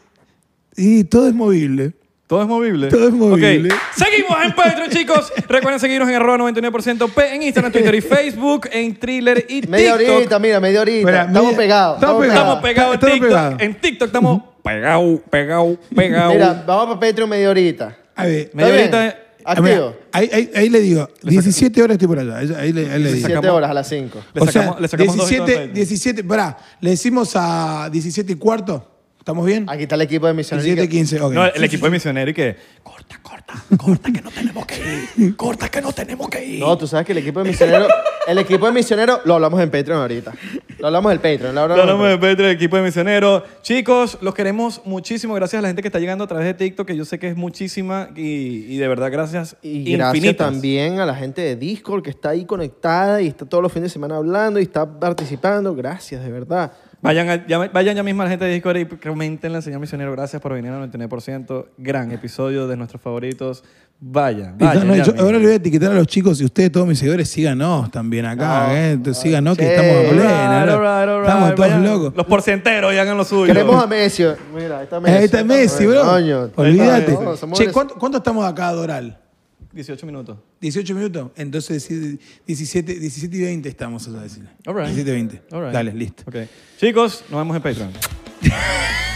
Speaker 1: y todo es movible.
Speaker 2: Todo es movible.
Speaker 1: Todo es movible.
Speaker 2: Ok. Seguimos en Patreon, chicos. Recuerden seguirnos en arroba 99% P en Instagram, Twitter y Facebook, en Thriller y
Speaker 3: Media
Speaker 2: TikTok.
Speaker 3: horita, mira, media horita.
Speaker 1: Mira,
Speaker 3: estamos
Speaker 1: media-
Speaker 3: pegados.
Speaker 1: estamos
Speaker 2: Estamos pegados en
Speaker 1: Estamos
Speaker 2: TikTok.
Speaker 1: pegados.
Speaker 2: En TikTok estamos pegados, pegados, pegados.
Speaker 3: Mira, vamos para Patreon media horita.
Speaker 1: A ver,
Speaker 2: Media
Speaker 3: ¿Está
Speaker 2: horita eh, ah,
Speaker 3: bien?
Speaker 2: es-
Speaker 1: a ver,
Speaker 3: Activo.
Speaker 1: ahí, ahí- ahí le digo, 17 horas estoy por allá. Ahí, ahí le, ahí le digo.
Speaker 3: 17
Speaker 2: sacamos-
Speaker 3: horas a las 5.
Speaker 2: Le
Speaker 1: O
Speaker 2: sacamos-
Speaker 1: sea,
Speaker 2: le sacamos dos y todo
Speaker 1: 17,
Speaker 2: el
Speaker 1: 17, pará, le decimos a 17 y cuarto. ¿Estamos bien?
Speaker 3: Aquí está el equipo de misioneros.
Speaker 1: 17 y 15, ok.
Speaker 2: No, el equipo de misionero y que...
Speaker 1: Corta, corta, corta que no tenemos que ir. Corta que no tenemos que ir.
Speaker 3: No, tú sabes que el equipo de misioneros, el equipo de misioneros lo hablamos en Patreon ahorita. Lo hablamos del Patreon. Lo hablamos
Speaker 2: No, no me
Speaker 3: en
Speaker 2: Petro, el equipo de misioneros. Chicos, los queremos muchísimo. Gracias a la gente que está llegando a través de TikTok, que yo sé que es muchísima y, y de verdad, gracias.
Speaker 3: Y
Speaker 2: infinitas.
Speaker 3: gracias también a la gente de Discord que está ahí conectada y está todos los fines de semana hablando y está participando. Gracias, de verdad.
Speaker 2: Vayan, a- ya, vayan ya mismo a la gente de Discord y comentenle al señor misionero. Gracias por venir al 99%. Gran episodio de nuestros favoritos. Vayan,
Speaker 1: Y yo-
Speaker 2: vayan.
Speaker 1: no,
Speaker 2: ya
Speaker 1: yo
Speaker 2: mismo.
Speaker 1: ahora le voy a etiquetar a los chicos y ustedes, todos mis seguidores, síganos también acá.
Speaker 3: No,
Speaker 1: eh,
Speaker 3: no,
Speaker 1: síganos que
Speaker 3: sí.
Speaker 1: estamos en
Speaker 2: All right,
Speaker 1: plena,
Speaker 2: all
Speaker 1: bro.
Speaker 2: right, all right.
Speaker 1: Estamos todos
Speaker 2: Vayan.
Speaker 1: locos.
Speaker 2: Los porcenteros y hagan lo suyo.
Speaker 3: Queremos a Messi. Mira, ahí está Messi.
Speaker 1: Ahí está Messi, bro.
Speaker 3: Coño.
Speaker 1: Olvídate.
Speaker 3: No, somos
Speaker 1: Che,
Speaker 3: venez-
Speaker 1: ¿cuánto, cuánto estamos acá, Doral?
Speaker 2: 18 minutos.
Speaker 1: 18 minutos. Entonces, sí, 17, 17 y 20 estamos allá, decirle.
Speaker 2: All right.
Speaker 1: 17 y 20.
Speaker 2: All right.
Speaker 1: Dale, listo.
Speaker 2: Ok. Chicos, nos vemos en Patreon.